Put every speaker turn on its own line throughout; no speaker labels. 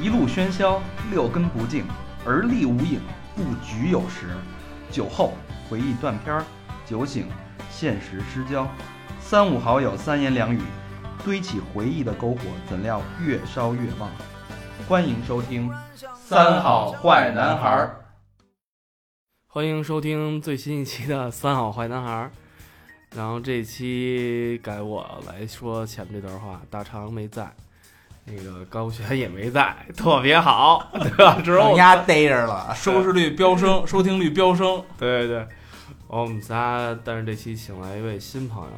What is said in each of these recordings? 一路喧嚣，六根不净，而立无影，不局有时。酒后回忆断片儿，酒醒现实失焦。三五好友三言两语，堆起回忆的篝火，怎料越烧越旺。欢迎收听《三好坏男孩儿
欢迎收听最新一期的《三好坏男孩》儿》，然后这一期该我来说前面这段话，大长没在，那个高璇也没在，特别 好，对吧？只有
让
我
丫逮着了，
收视率飙升，收听率飙升。
对对对，我们仨，但是这期请来一位新朋友，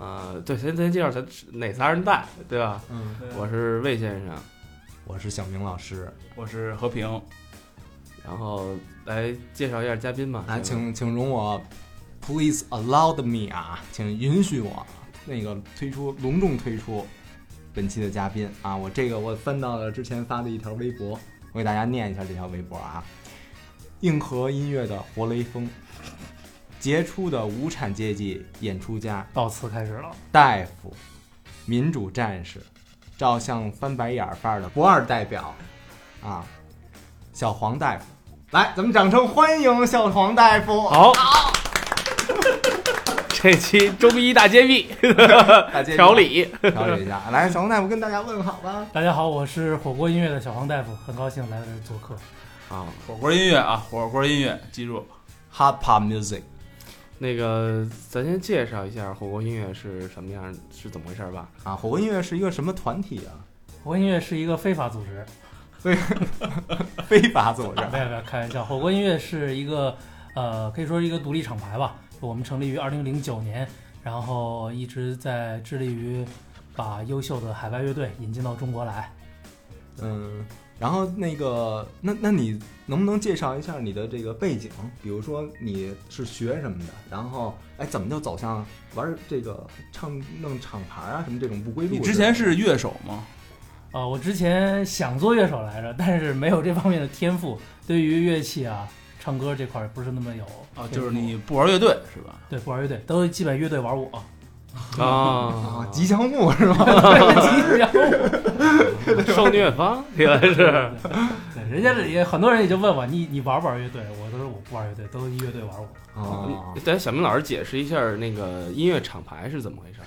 呃，对，先先介绍咱哪仨人在，对吧？
嗯，
我是魏先生，
我是小明老师
我是和平，
然后来介绍一下嘉宾吧。
啊，请请容我，please allow me 啊，请允许我那个推出隆重推出本期的嘉宾啊，我这个我翻到了之前发的一条微博，我给大家念一下这条微博啊，硬核音乐的活雷锋，杰出的无产阶级演出家，
到此开始了。
大夫，民主战士，照相翻白眼儿范儿的不二代表，啊，小黄大夫，来，咱们掌声欢迎小黄大夫。
好， 这期中医大揭秘，
大家
调理。
调理 一下，来，小黄大夫跟大家问好吧。
大家好，我是火锅音乐的小黄大夫，很高兴来这儿做客。
啊，
火锅音乐啊，火锅音乐，记住
Hot pop music，
那个，咱先介绍一下火锅音乐是什么样，是怎么回事 吧？
啊，火锅音乐是一个什么团体啊？
火锅音乐是一个非法组织，
非法组织。
没有没有，开玩笑。火锅音乐是一个呃，可以说是一个独立厂牌吧。我们成立于二零零九年，然后一直在致力于把优秀的海外乐队引进到中国来。
嗯，然后那个，那那你能不能介绍一下你的这个背景？比如说你是学什么的，然后哎，怎么就走向玩这个唱弄厂牌啊什么这种不归路？
你之前是乐手吗？
啊、我之前想做乐手来着，但是没有这方面的天赋，对于乐器啊、唱歌这块儿不是那么有
啊，
天
就是
赋
你不玩乐队是吧？
对不玩乐队，都基本乐队玩我。
啊
啊，吉祥物是吗？
受虐方原来 是
对，人家这也很多人也就问我，你你玩不玩乐队？我都说我不玩乐队，都乐队玩我。
啊
哦，
咱小明老师解释一下那个音乐厂牌是怎么回事？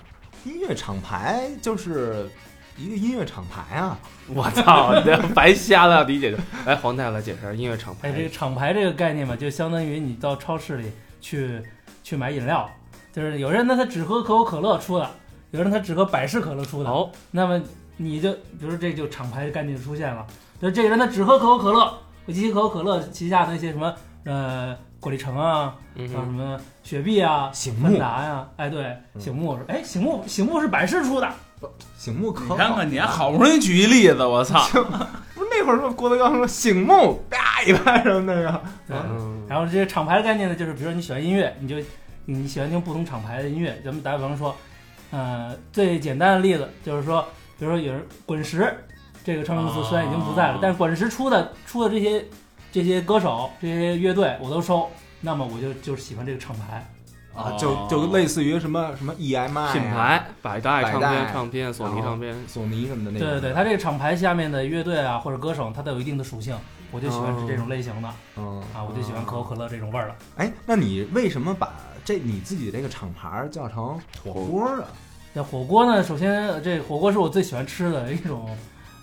音乐厂牌就是一个音乐厂牌啊。
我操，你这白瞎了，理解的。来，黄太来解释一下音乐厂
哎，这
牌
个。厂牌这个概念嘛，就相当于你到超市里去去买饮料，就是有人呢他只喝可口可乐出的，有人他只喝百事可乐出的。
哦，
那么你就比如说这就厂牌概念就出现了，就是这个人他只喝可口可乐，以及可口可乐旗下那些什么呃果粒橙啊，
嗯
像什
哼，
么雪碧啊、
醒
芬
目，
达呀，哎对，
嗯
醒目，哎醒目醒目是百事出的。
醒目可
你看看你，好不容易举一例子，我操！
不是那会儿说郭德纲说醒目，啪一拍什么那个，
对
嗯
然后这些厂牌的概念呢，就是比如说你喜欢音乐，你就你喜欢听不同厂牌的音乐。咱们打个比方说，呃，最简单的例子就是说，比如说有人滚石这个唱片公司虽然已经不在了，
啊
但是滚石出的出的这些这些歌手、这些乐队我都收，那么我就就是喜欢这个厂牌。
啊，
哦
就就类似于什么什么 EMI 啊
品牌百代唱
百
片、
代
唱片、索尼唱片。
索尼什么的那
对
种。
对对，它这个厂牌下面的乐队啊或者歌手，它都有一定的属性，我就喜欢
哦
这种类型的、
嗯
啊，我就喜欢可口可乐这种味儿的。
哎，那你为什么把这你自己这个厂牌儿叫成火锅儿啊？
那火锅呢，首先呃这火锅是我最喜欢吃的一种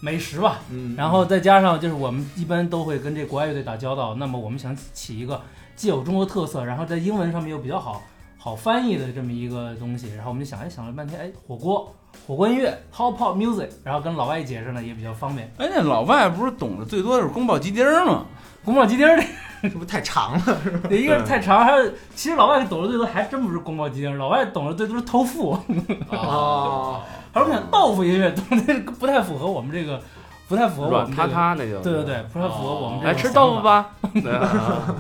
美食吧。
嗯
然后再加上就是我们一般都会跟这国外乐队打交道，那么我们想起一个既有中国特色，然后在英文上面又比较好好翻译的这么一个东西，然后我们就想，哎，想了半天，哎，火锅，火锅音乐，hot pot music，然后跟老外一解释呢也比较方便。
哎，那老外不是懂得最多的是宫保鸡丁儿吗？
宫保鸡丁儿
这不太长了，
这一个是太长，还有其实老外懂得最多还真不是宫保鸡丁，老外懂得最多是豆腐，
哦，
而我们想豆腐音乐 懂得不太符合我们这个，不太符合我
软
们
塌
这个。
塌那就
对对对，不太符合我们这
来
个。
哎吃豆腐 吧。对 啊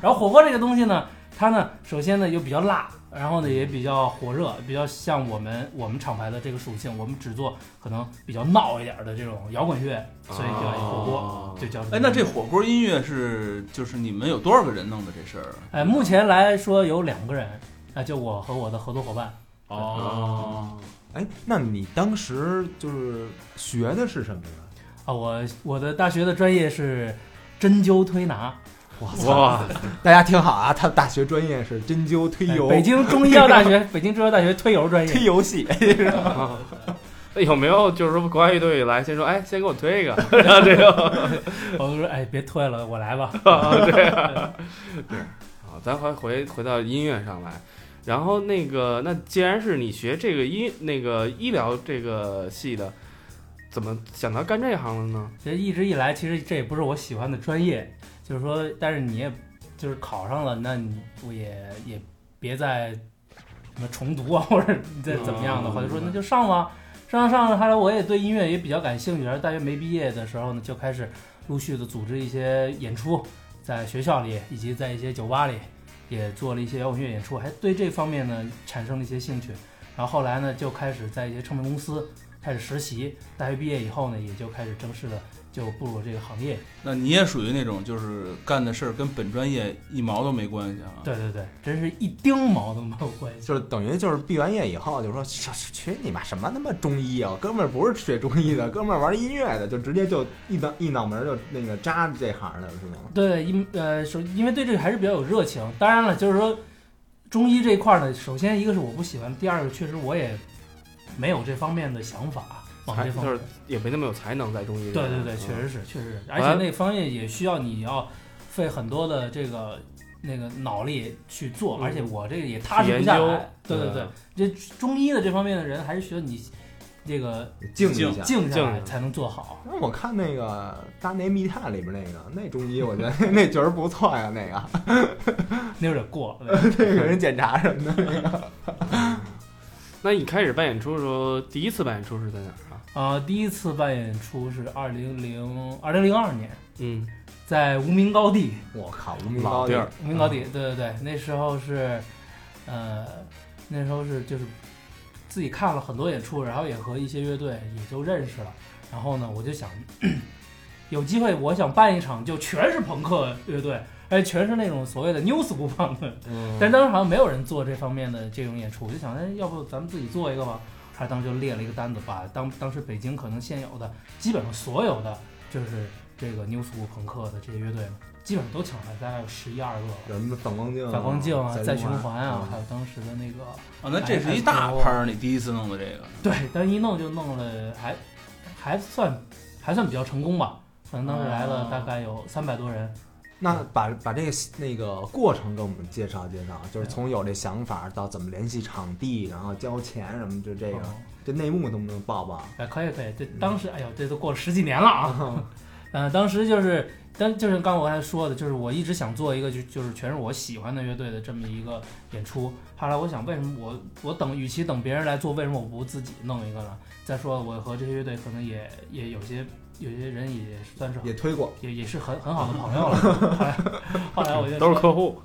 然后火锅这个东西呢，它呢首先呢又比较辣，然后呢也比较火热，比较像我们我们厂牌的这个属性，我们只做可能比较闹一点的这种摇滚乐，所以叫火锅，
哦
就叫。
哎，那这火锅音乐是就是你们有多少个人弄的这事儿？
哎目前来说有两个人，那就我和我的合作伙伴。
哦，
哎，那你当时就是学的是什么呀？
啊，我我的大学的专业是针灸推拿，
我
哦
操！
哇，
大家听好啊，他大学专业是针灸推
哎
油，
北京中医药大学，北京中医药大学推油专业
推。油系。
那有没有就是说国家乐队一来先说，哎，先给我推一个，然后这个
我就说，哎，别推了，我来吧。
啊，咱回回回到音乐上来，然后那个，那既然是你学这个医那个医疗这个系的，怎么想到干这行了呢？
其实一直以来，其实这也不是我喜欢的专业，就是说，但是你也就是考上了，那你我也也别再什么重读啊，或者你再怎么样的话，
嗯
就说那就上了，上了上了。后来我也对音乐也比较感兴趣，然后大学没毕业的时候呢，就开始陆续的组织一些演出，在学校里以及在一些酒吧里也做了一些摇滚乐演出，还对这方面呢产生了一些兴趣。然后后来呢，就开始在一些唱片公司开始实习。大学毕业以后呢，也就开始正式的就步入这个行业。
那你也属于那种就是干的事儿跟本专业一毛都没关系啊。
对对对，真是一丁毛都没有关系。
就是等于就是毕完业以后，就说学学你妈什么他妈中医啊，哥们儿不是学中医的，哥们儿玩音乐的，就直接就一脑一脑门儿就那个扎这行的了，是吗？
对，因呃，首因为对这个还是比较有热情。当然了，就是说中医这一块呢，首先一个是我不喜欢，第二个确实我也没有这方面的想法，往
才
这方面
就是。也没那么有才能在中医这
对
边。
对对，
嗯
确实是确实是，而且那方面也需要你要费很多的这个那个脑力去做，
嗯
而且我这个也踏实不下
去研究嗯
来。对对对，这中医的这方面的人还是需要你这个
静
静
一下。
静下来
静
才能做好。
那我看那个《大内密探》里边那个那中医，我觉得那角儿不错呀，那 个
那有点过了。
这个人检查什么的，
那你开始办演出的时候，第一次办演出是在哪儿啊？
啊、第一次办演出是二零零二零零二年，
嗯，
在无名高地。
我靠，无名
老
高
地儿，
无名高地，对对对，那时候是，呃，那时候是就是自己看了很多演出，然后也和一些乐队也就认识了。然后呢，我就想 有机会，我想办一场就全是朋克乐队，而且全是那种所谓的 new school punk
嗯
但当时好像没有人做这方面的这种演出，我就想，哎，要不咱们自己做一个吧？他当时就列了一个单子，把当当时北京可能现有的基本上所有的就是这个 new school 朋克的这些乐队嘛，基本上都请来，大概有十一二个吧。
有什么反光镜啊、
反光镜啊，再循环啊，
嗯
还有当时的那个，
啊，那这是一大拍儿，你第一次弄的这个，
对，但一弄就弄了，还还算还算比较成功吧。可能当时来
啊
了大概有三百多人，
那把把这个那个过程给我们介绍介绍，就是从有这想法到怎么联系场地，然后交钱什么，就这个、
哦
这内幕能不能报报？
哎，可以可以，这当时，哎呦，这都过了十几年了 啊。嗯，当时就是，当就是刚我刚才说的，就是我一直想做一个，就就是全是我喜欢的乐队的这么一个演出。后来我想，为什么我我等，与其等别人来做，为什么我不自己弄一个呢？再说了，我和这些乐队可能也也有些有些人也算是很
也推过，
也也是很很好的朋友了。 后来后来我就
都是客户。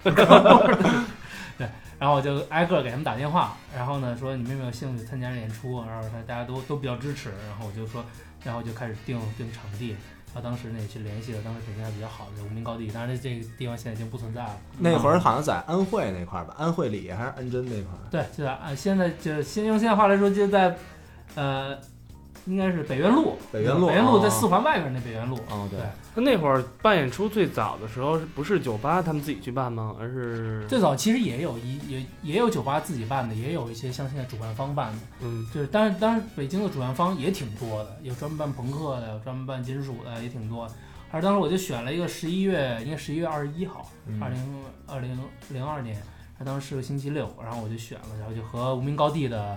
然后我就挨个给他们打电话，然后呢说你们有没有兴趣参加这演出？然后他大家都都比较支持，然后我就说，然后就开始定定场地。然后当时呢也去联系了当时北京还比较好的无名高地，当然这个地方现在已经不存在了。
那会儿好像在安徽那块儿吧，安徽里还是安贞那块儿。
对，就在啊，现在就是先用现在话来说，就在呃，应该是北苑路，
北苑路
嗯北苑路
哦
在四环外边那北苑路。
哦，
对
那那会儿办演出最早的时候，是不是酒吧他们自己去办吗？而是
最早其实也有一也也有酒吧自己办的，也有一些像现在主办方办的。
嗯
就是当然当然北京的主办方也挺多的，有专门办朋克的，有专门办金属的，也挺多。而当时我就选了一个十一月，应该十一月二十一号，
嗯
二零二零零二年，他当时是个星期六，然后我就选了，然后就和无名高地的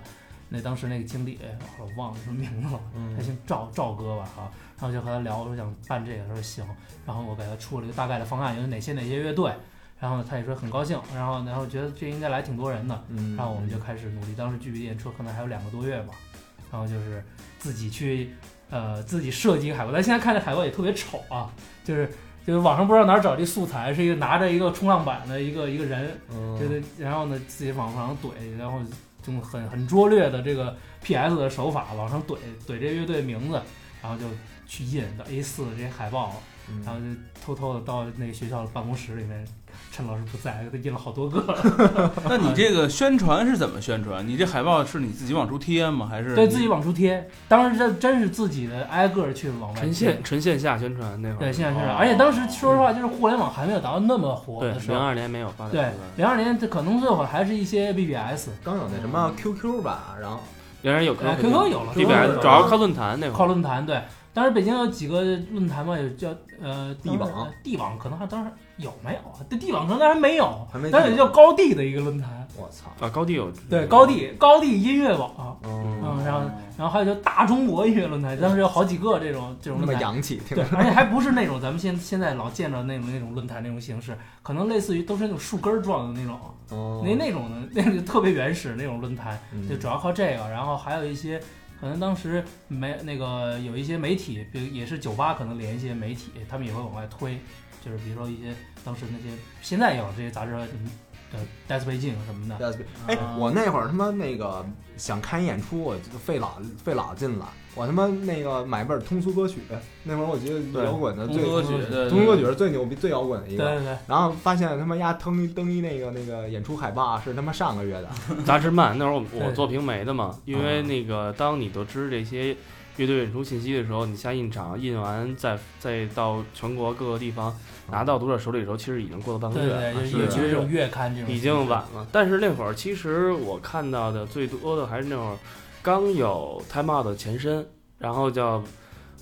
那当时那个经理，哎我忘了什么名字了，
嗯
他姓赵赵哥吧哈、然后就和他聊，我说想办这个，他说行，然后我给他出了一个大概的方案，有哪些哪些乐队，然后他也说很高兴，然后然后觉得这应该来挺多人的，
嗯
然后我们就开始努力。当时距离演出可能还有两个多月吧，然后就是自己去呃自己设计一个海报，但现在看这海报也特别丑啊，就是就是网上不知道哪儿找这素材，是一个拿着一个冲浪板的一个一个人，对
嗯，
对，然后呢自己往上怼，然后就很很拙劣的这个 PS 的手法往上怼怼这乐队名字，然后就
嗯
去印的 A 4这些海报，然后就偷偷的到那个学校的办公室里面趁老师不在，他印了好多个。
那你这个宣传是怎么宣传？你这海报是你自己往出贴吗？还是
对
你
自己往出贴，当时这真是自己的挨个儿去往外
纯
贴
线。纯线下宣传那会
对，
儿，
现在是，
哦
而且当时说实话，就是互联网还没有达到那么火
对
的时
零
候。
二年没有八点
对
图的，，
零二年这可能最火还是一些 BBS，
刚有那什么 QQ 吧，然后
原来有
呃
QQ
，QQ 有了
B B S，
QQ
主要是靠论坛那会
靠
儿，
论坛。对，当时北京有几个论坛嘛，有叫呃
地网，
当时地网可能还当时有没有啊？对，地网可能还没有
还没，
但是有
地网
叫高地的一个论坛，
我操，
啊高地有
对，高地高地音乐网，
嗯，
嗯，然后然后还有叫大中国音乐论坛，当时有好几个这种这种
那么
论坛。
洋气，听
对
着，
而且还不是那种咱们现现在老见着那种那种论坛那种形式，可能类似于都是那种树根儿状的那种，
哦
那那种的，那个就特别原始那种论坛，
嗯
就主要靠这个，然后还有一些可能当时没那个有一些媒体，比如也是酒吧可能联系一些媒体，他们也会往外推，就是比如说一些当时那些现在也有这些杂志啊什么的带字倍镜什么的，
哎
啊，
我那会儿他妈那个想看一演出，我就费老费老劲了。我他妈那个买本通俗歌曲，那会儿我觉得
对
摇滚的
通
最
俗歌曲
通俗歌曲？
对
通俗歌曲是最牛逼、最摇滚的一
对
个。
对对，
然后发现他妈丫登一登一那个那个演出海报啊是他妈上个 月的，
杂志漫，那会儿我
对啊
我做平媒的嘛，因为那个当你得知这些乐队演出信息的时候，你下印厂印完再再到全国各个地方拿到读者手里的时候，其实已经过了半个
啊对
月了，
对，就是
啊
尤其是这
是
种月刊这种，
已经晚了。但是那会儿其实我看到的最多的还是那会儿刚有 Time Out 的前身，然后叫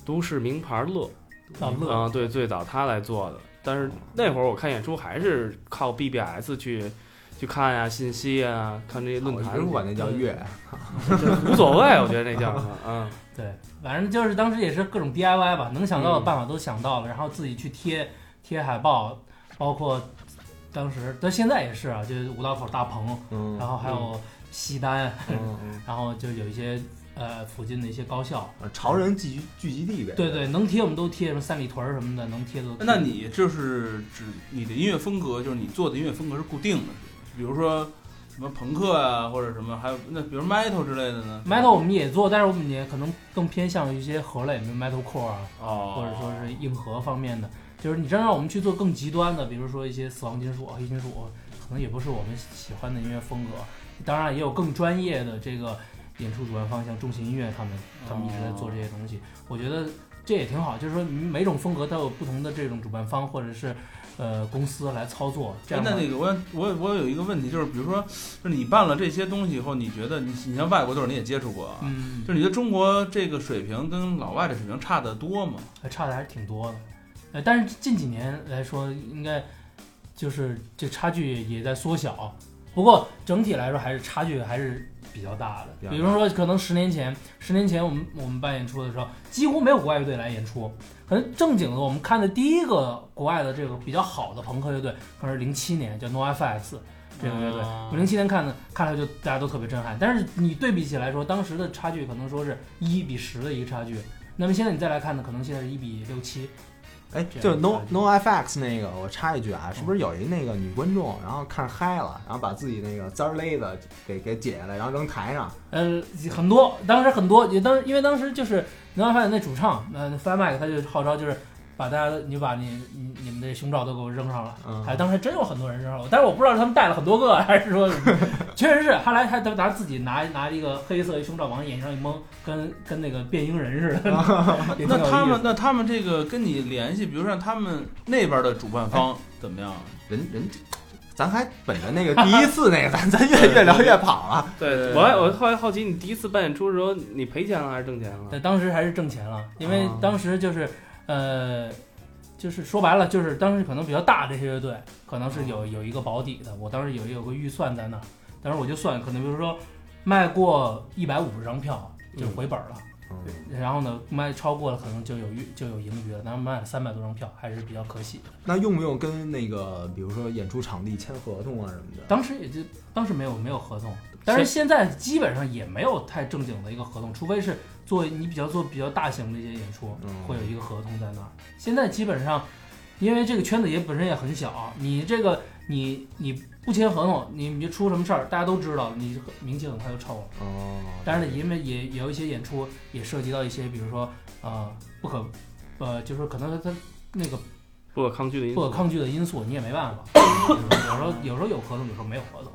都市名牌乐，
到乐
啊，对，最早他来做的。但是那会儿我看演出还是靠 BBS 去去看呀、信息啊，看这些论
我
坛
一直哦管那叫月。
无所谓，我觉得那叫什么 嗯，
对，反正就是当时也是各种 DIY 吧，能想到
嗯
的办法都想到了，然后自己去贴贴海报，包括当时到现在也是啊，就是五道口大棚，
嗯，
然后还有西单，
嗯嗯
然后就有一些呃附近的一些高校，
嗯潮人聚集聚集地呗。
对对，能贴我们都贴，什么三里屯儿什么的能贴都贴。
那你就是指你的音乐风格，就是你做的音乐风格是固定的，是吧比如说什么朋克啊，或者什么，还有那比如 metal 之类的呢
metal 我们也做，但是我们也可能更偏向于一些核类，比如 metal core 啊，
哦，
或者说是硬核方面的。就是你真让我们去做更极端的，比如说一些死亡金属、啊黑金属，可能也不是我们喜欢的音乐风格。当然也有更专业的这个演出主办方，像重型音乐他们，他们一直在做这
哦
些东西。我觉得这也挺好，就是说每种风格它有不同的这种主办方或者是呃公司来操作。这
哎
样的
那那个我我我有一个问题，就是比如说，就是你办了这些东西以后，你觉得你你像外国队儿你也接触过啊，
嗯，
就是你觉得中国这个水平跟老外的水平差得多吗？
还差的还是挺多的。呃，但是近几年来说，应该就是这差距也在缩小。不过整体来说，还是差距还是比较大
比较大
的。比如说，可能十年前，十年前我们我们办演出的时候，几乎没有国外乐队来演出。可能正经的，我们看的第一个国外的这个比较好的朋克乐队，可能是零七年叫 NoFX 这个乐队。
啊
嗯
我零七年看的，看了就大家都特别震撼。但是你对比起来说，当时的差距可能说是一比十的一个差距。那么现在你再来看呢，可能现在是一比六七。
哎，
这
就
样
No
差距
No FX 那个，我插一句
嗯
啊，是不是有一那个女观众，然后看嗨了，然后把自己那个簪儿勒子给给解下来，然后扔台上？
呃，很多，当时很多，也当因为当时就是南方发现那主唱，呃，Fat Mike 他就号召就是把大家，你把你你你们的胸罩都给我扔
啊
上了。
嗯
还当时还真有很多人扔上了，但是我不知道是他们带了很多个，还是说，确实是后来他他拿自己拿拿一个黑色一胸罩往眼上一蒙，跟跟那个变音人似的。也挺有意思
那他们那他们这个跟你联系，比如说让他们那边的主办方怎么样？啊
人人，咱还本着那个第一次那个，咱 咱越越聊越跑了。
对
对
我还我后来好奇，你第一次办演出的时候，你赔钱了还是挣钱了？
对，当时还是挣钱了，因为
啊
当时就是，呃，就是说白了，就是当时可能比较大这些乐队，可能是有有一个保底的，我当时有有个预算在那儿，当时我就算，可能比如说卖过一百五十张票就回本了，然后呢卖超过了可能就有余就有盈余了，但是卖了三百多张票还是比较可喜的。
那用不用跟那个，比如说演出场地签合同啊什么的？
当时也就当时没有没有合同，但是现在基本上也没有太正经的一个合同，除非是做你比较做比较大型的一些演出，
嗯
会有一个合同在那儿。现在基本上，因为这个圈子也本身也很小，啊你这个你你不签合同，你你出什么事儿，大家都知道，你名气很快就臭了。
哦，
当然了，因为也也有一些演出也涉及到一些，比如说呃不可呃，就是可能他他那个
不不可抗拒的因
不可
素。
抗拒的因素，你也没办法。有时候有时候有合同，有时候没有合同。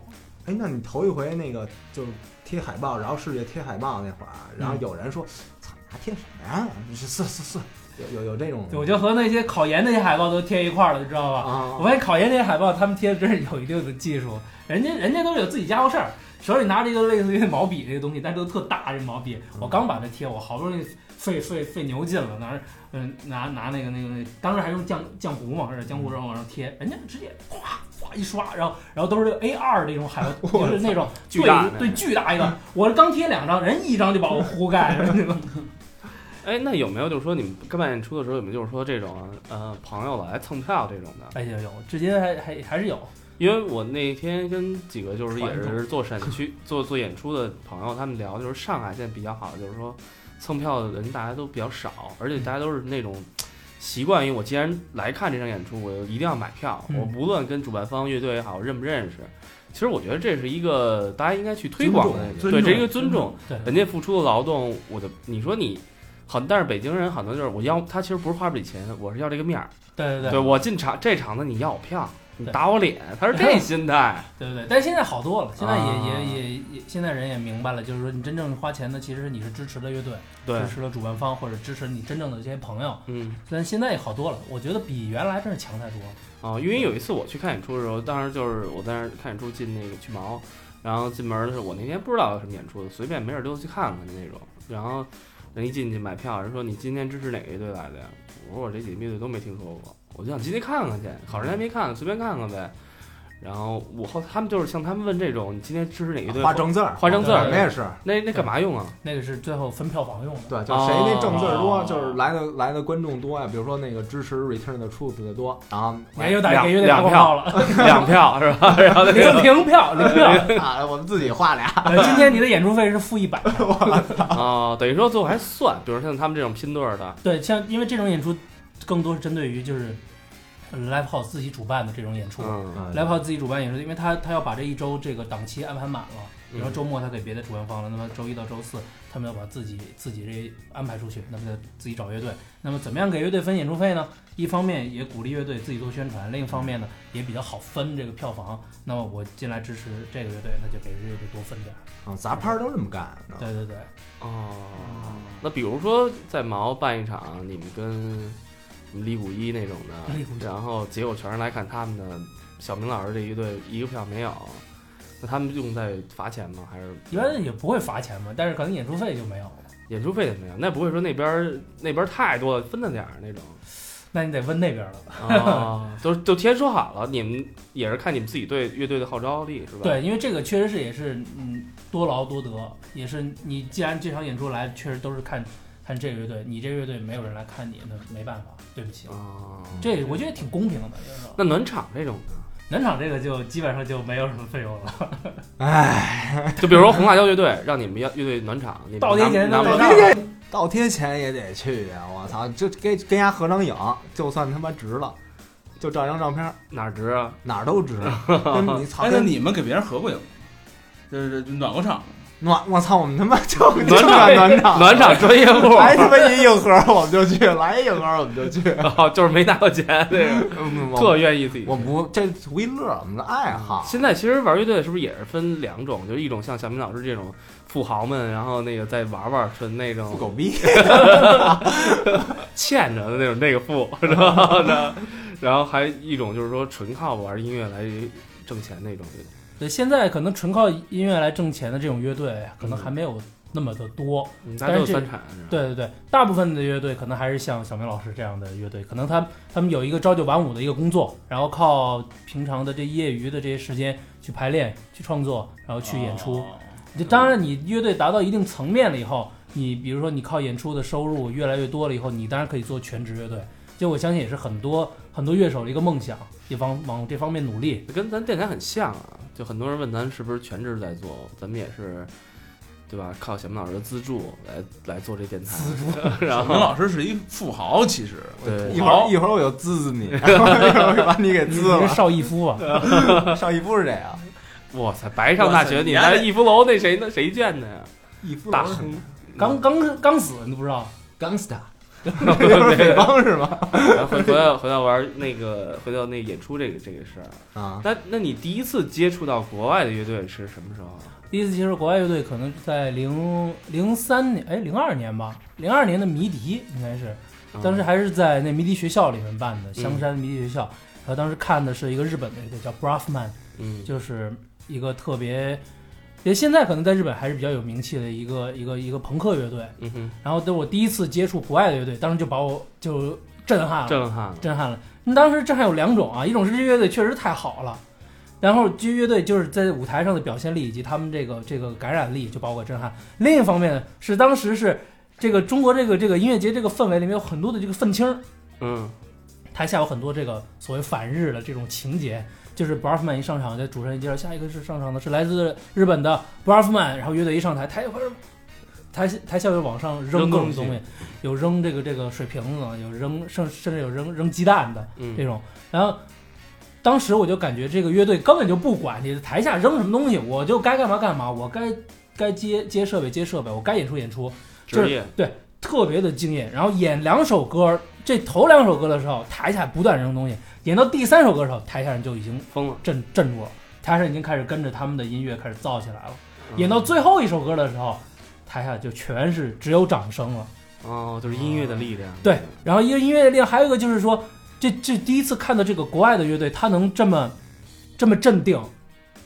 哎，那你头一回那个就是贴海报，然后世界贴海报那会儿，啊然
嗯
后有人说：“操、还贴什么呀？ 是是是是，有有有这种。”
对我就和那些考研那些海报都贴一块儿了，你知道吧？
啊
我，发现考研那些海报，他们贴的真是有一定的技术，人家人家都是有自己家伙事儿，手里拿着一个类似于毛笔这个东西，但是都特大这毛笔，我刚把它贴，我好不容易费费费牛劲了，拿嗯拿拿那个那个那个，当时还用浆浆糊嘛，是浆糊然后往上贴，人家直接哗哗一刷，然后然后都是 A 二那种海 报，就是那种
巨大
对
的
对巨大一个，我刚贴两张，人一张就 把我糊盖了，那个
哎，那有没有就是说你们刚办演出的时候有没有就是说这种呃朋友来蹭票这种的？
哎有有，至今还还还是有，
因为我那天跟几个就是也
传
是做陕区做做演出的朋友，他们聊就是上海现在比较好的就是说蹭票的人大家都比较少，而且大家都是那种习惯于我既然来看这场演出，我就一定要买票，
嗯
我不论跟主办方乐队也好认不认识。其实我觉得这是一个大家应该去推广的，
尊重尊
对，
重
这是一个尊重，
对。
人家付出的劳动，我的你说你很，但是北京人很多就是我要他其实不是花这笔钱，我是要这个面儿，
对对
对我进场这场子你要我票，你
对
打我脸，他是这心态。
对不对？但是现在好多了，现在也、
啊
也也也，现在人也明白了，就是说你真正花钱的，其实你是支持了乐队，
对
支持了主办方，或者支持你真正的这些朋友。
嗯，
但现在也好多了，我觉得比原来真是强太多了。
哦，因为有一次我去看演出的时候，当时就是我在那儿看演出进那个去毛，然后进门的时候，我那天不知道有什么演出，随便没事儿溜达去看看的那种。然后人一进去买票，人说你今天支持哪个乐队来的呀？我说我这几个乐队都没听说过，我就想进去看看去，好长时间没看，随便看看呗。然后我后他们就是像他们问这种，你今天支持哪个乐队？
画正字儿，
画正字
儿
我们也是。
那那干嘛用 啊？
那个是最后分票房用的。
对，就谁那正字儿多，
哦
就是来的来的观众多呀。比如说那个支持 Return 的 Truth 的多，然后
你看又打给乐队打
两
广告 了，
两票是吧？然后那
零
个
零票零票。
啊，我们自己画俩。
呃今天你的演出费是付一百。
哦，等于说最后还算，比如像他们这种拼对儿的，
对，像因为这种演出更多是针对于就是呃 live house 自己主办的这种演出。
嗯，
Live House 自己主办也是，因为他他要把这一周这个档期安排满了，比如说
嗯
周末他给别的主办方了，那么周一到周四他们要把自己自己这安排出去，那么就自己找乐队，那么怎么样给乐队分演出费呢？一方面也鼓励乐队自己做宣传，另一方面呢也比较好分这个票房。那么我进来支持这个乐队，那就给乐队多分点儿。
啊，杂拍儿都这么干。你知道吗
对对对，
哦，那比如说在毛办一场，你们跟你们李谷一那种的，
李谷一
然后结果全是来看他们的，小明老师这一队一个票没有，那他们用在罚钱吗？还是
一般也不会罚钱嘛，但是可能演出费就没有了。
演出费也没有？那不会说那边儿那边儿太多了，分了点儿那种
那你得问那边了。
哦，都都提前说好了，你们也是看你们自己队乐队的号召力是吧？
对，因为这个确实是也是嗯多劳多得，也是你既然这场演出来，确实都是看看这个乐队，你这个乐队没有人来看你，那没办法，对不起。
哦，
这我觉得挺公平的，就是说
那暖场这种呢？
暖场这个就基本上就没有什么费用了。
就比如说红辣椒乐队让你们要乐队暖场，你们
倒贴
拿
钱
拿
都
不
没
到
到
倒贴钱也得去呀！我操，就跟跟人家合张影，就算他妈值了，就照张照片儿，
哪儿值啊？
哪儿都值。跟你操，
哎，那
跟
你们给别人合过影吗？就是暖过场吗，
暖，我操，我们他妈就
暖
就
场
暖 场，
暖场专业户，
来他妈一硬核我们就去，来一硬核我们就去。
哦，就是没拿到钱，这个
嗯
特
我
愿意自己。
我不，这图一乐，我们的爱好。
现在其实玩乐队是不是也是分两种？就是一种像小明老师这种富豪们，然后那个再玩玩，纯那
不
种
狗逼，
欠着的那种那个富，然后呢，然后还一种就是说纯靠玩音乐来挣钱那种乐队。
对，现在可能纯靠音乐来挣钱的这种乐队，可能还没有那么的多。
嗯大家都有三产，是吧
对对对，大部分的乐队可能还是像小明老师这样的乐队，可能他他们有一个朝九晚五的一个工作，然后靠平常的这业余的这些时间去排练、去创作，然后去演出。
哦
就当然，你乐队达到一定层面了以后，你比如说你靠演出的收入越来越多了以后，你当然可以做全职乐队。就我相信也是很多很多乐手的一个梦想，也往往这方面努力。
跟咱电台很像啊，就很多人问咱是不是全职在做，咱们也是，对吧？靠小明老师的资助来来做这电台， 然
小
后
明哦老师是一富豪，其实
对
一会儿一会儿我就滋滋你，一 会儿我就把你给
你
滋
是
了。
邵逸夫啊，
上一步是这样，
哇塞，白上大学
哇塞
你
你还
来逸夫楼那谁那谁建的呀？
一夫
大
亨
亨
刚刚刚死，你都不知道？
gangsta，北方是吗？
然后回回到回到玩那个回到那演出这个这个事儿。
啊，
那那你第一次接触到国外的乐队是什么时候啊？
第一次接触国外乐队，可能在零零三年，哎，零二年吧，零二年的迷笛应该是，当时还是在那迷笛学校里面办的，香山迷笛学校。然后当时看的是一个日本的乐队叫 Brafman，
嗯，
就是一个特别，也现在可能在日本还是比较有名气的一个一个一个朋克乐队。
嗯哼，
然后等我第一次接触国外的乐队，当时就把我就震撼了，
震撼了，
震撼了。那当时震撼有两种啊，一种是这乐队确实太好了，然后这乐队就是在舞台上的表现力以及他们这个这个感染力就把我给震撼。另一方面呢，是当时是这个中国这个这个音乐节这个氛围里面有很多的这个愤青儿，
嗯
台下有很多这个所谓反日的这种情节。就是 b r a f m a n 一上场，在主持人介绍下一个是上场的是来自日本的 b r a f m a n 然后乐队一上台，台台台下就往上
扔
扔各种
东西
东西，有扔这个这个水瓶子，有扔甚甚至有扔扔鸡蛋的，这
嗯
种。然后当时我就感觉这个乐队根本就不管你台下扔什么东西，我就该干嘛干嘛，我该该接接设备接设备，我该演出演出，
职业，
特别的敬业。然后演两首歌，这头两首歌的时候，台下不断扔东西，演到第三首歌的时候，台下人就已经
疯了。
镇镇住了，台下已经开始跟着他们的音乐开始造起来了。
嗯
演到最后一首歌的时候，台下就全是只有掌声了。
哦，就是音乐的力量。
对，然后一个音乐力量，还有一个就是说，这这第一次看到这个国外的乐队，他能这么这么镇
嗯
定，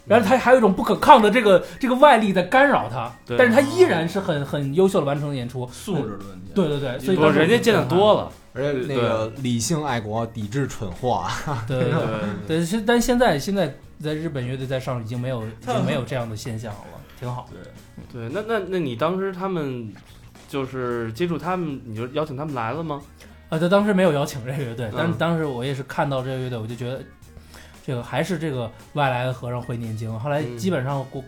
然后他还有一种不可抗的这个这个外力在干扰他，
对
但是他依然是很很优秀的完成了演出。
素质的问题。
对对对，所以
不，
当时
人家见的多了。
而且那个理性爱国，抵制蠢货啊，
对
对
对
对
对
对
对，是但现在现在在日本乐队在上已经 没有已
他
经没有这样的现象了，挺
嗯
好。
对，
对，
那那那你当时他们就是接触他们，你就邀请他们来了吗？
啊，他当时没有邀请这个乐队，但是
嗯
当时我也是看到这个乐队，我就觉得这个还是这个外来的和尚会念经。后来
嗯
基本上国、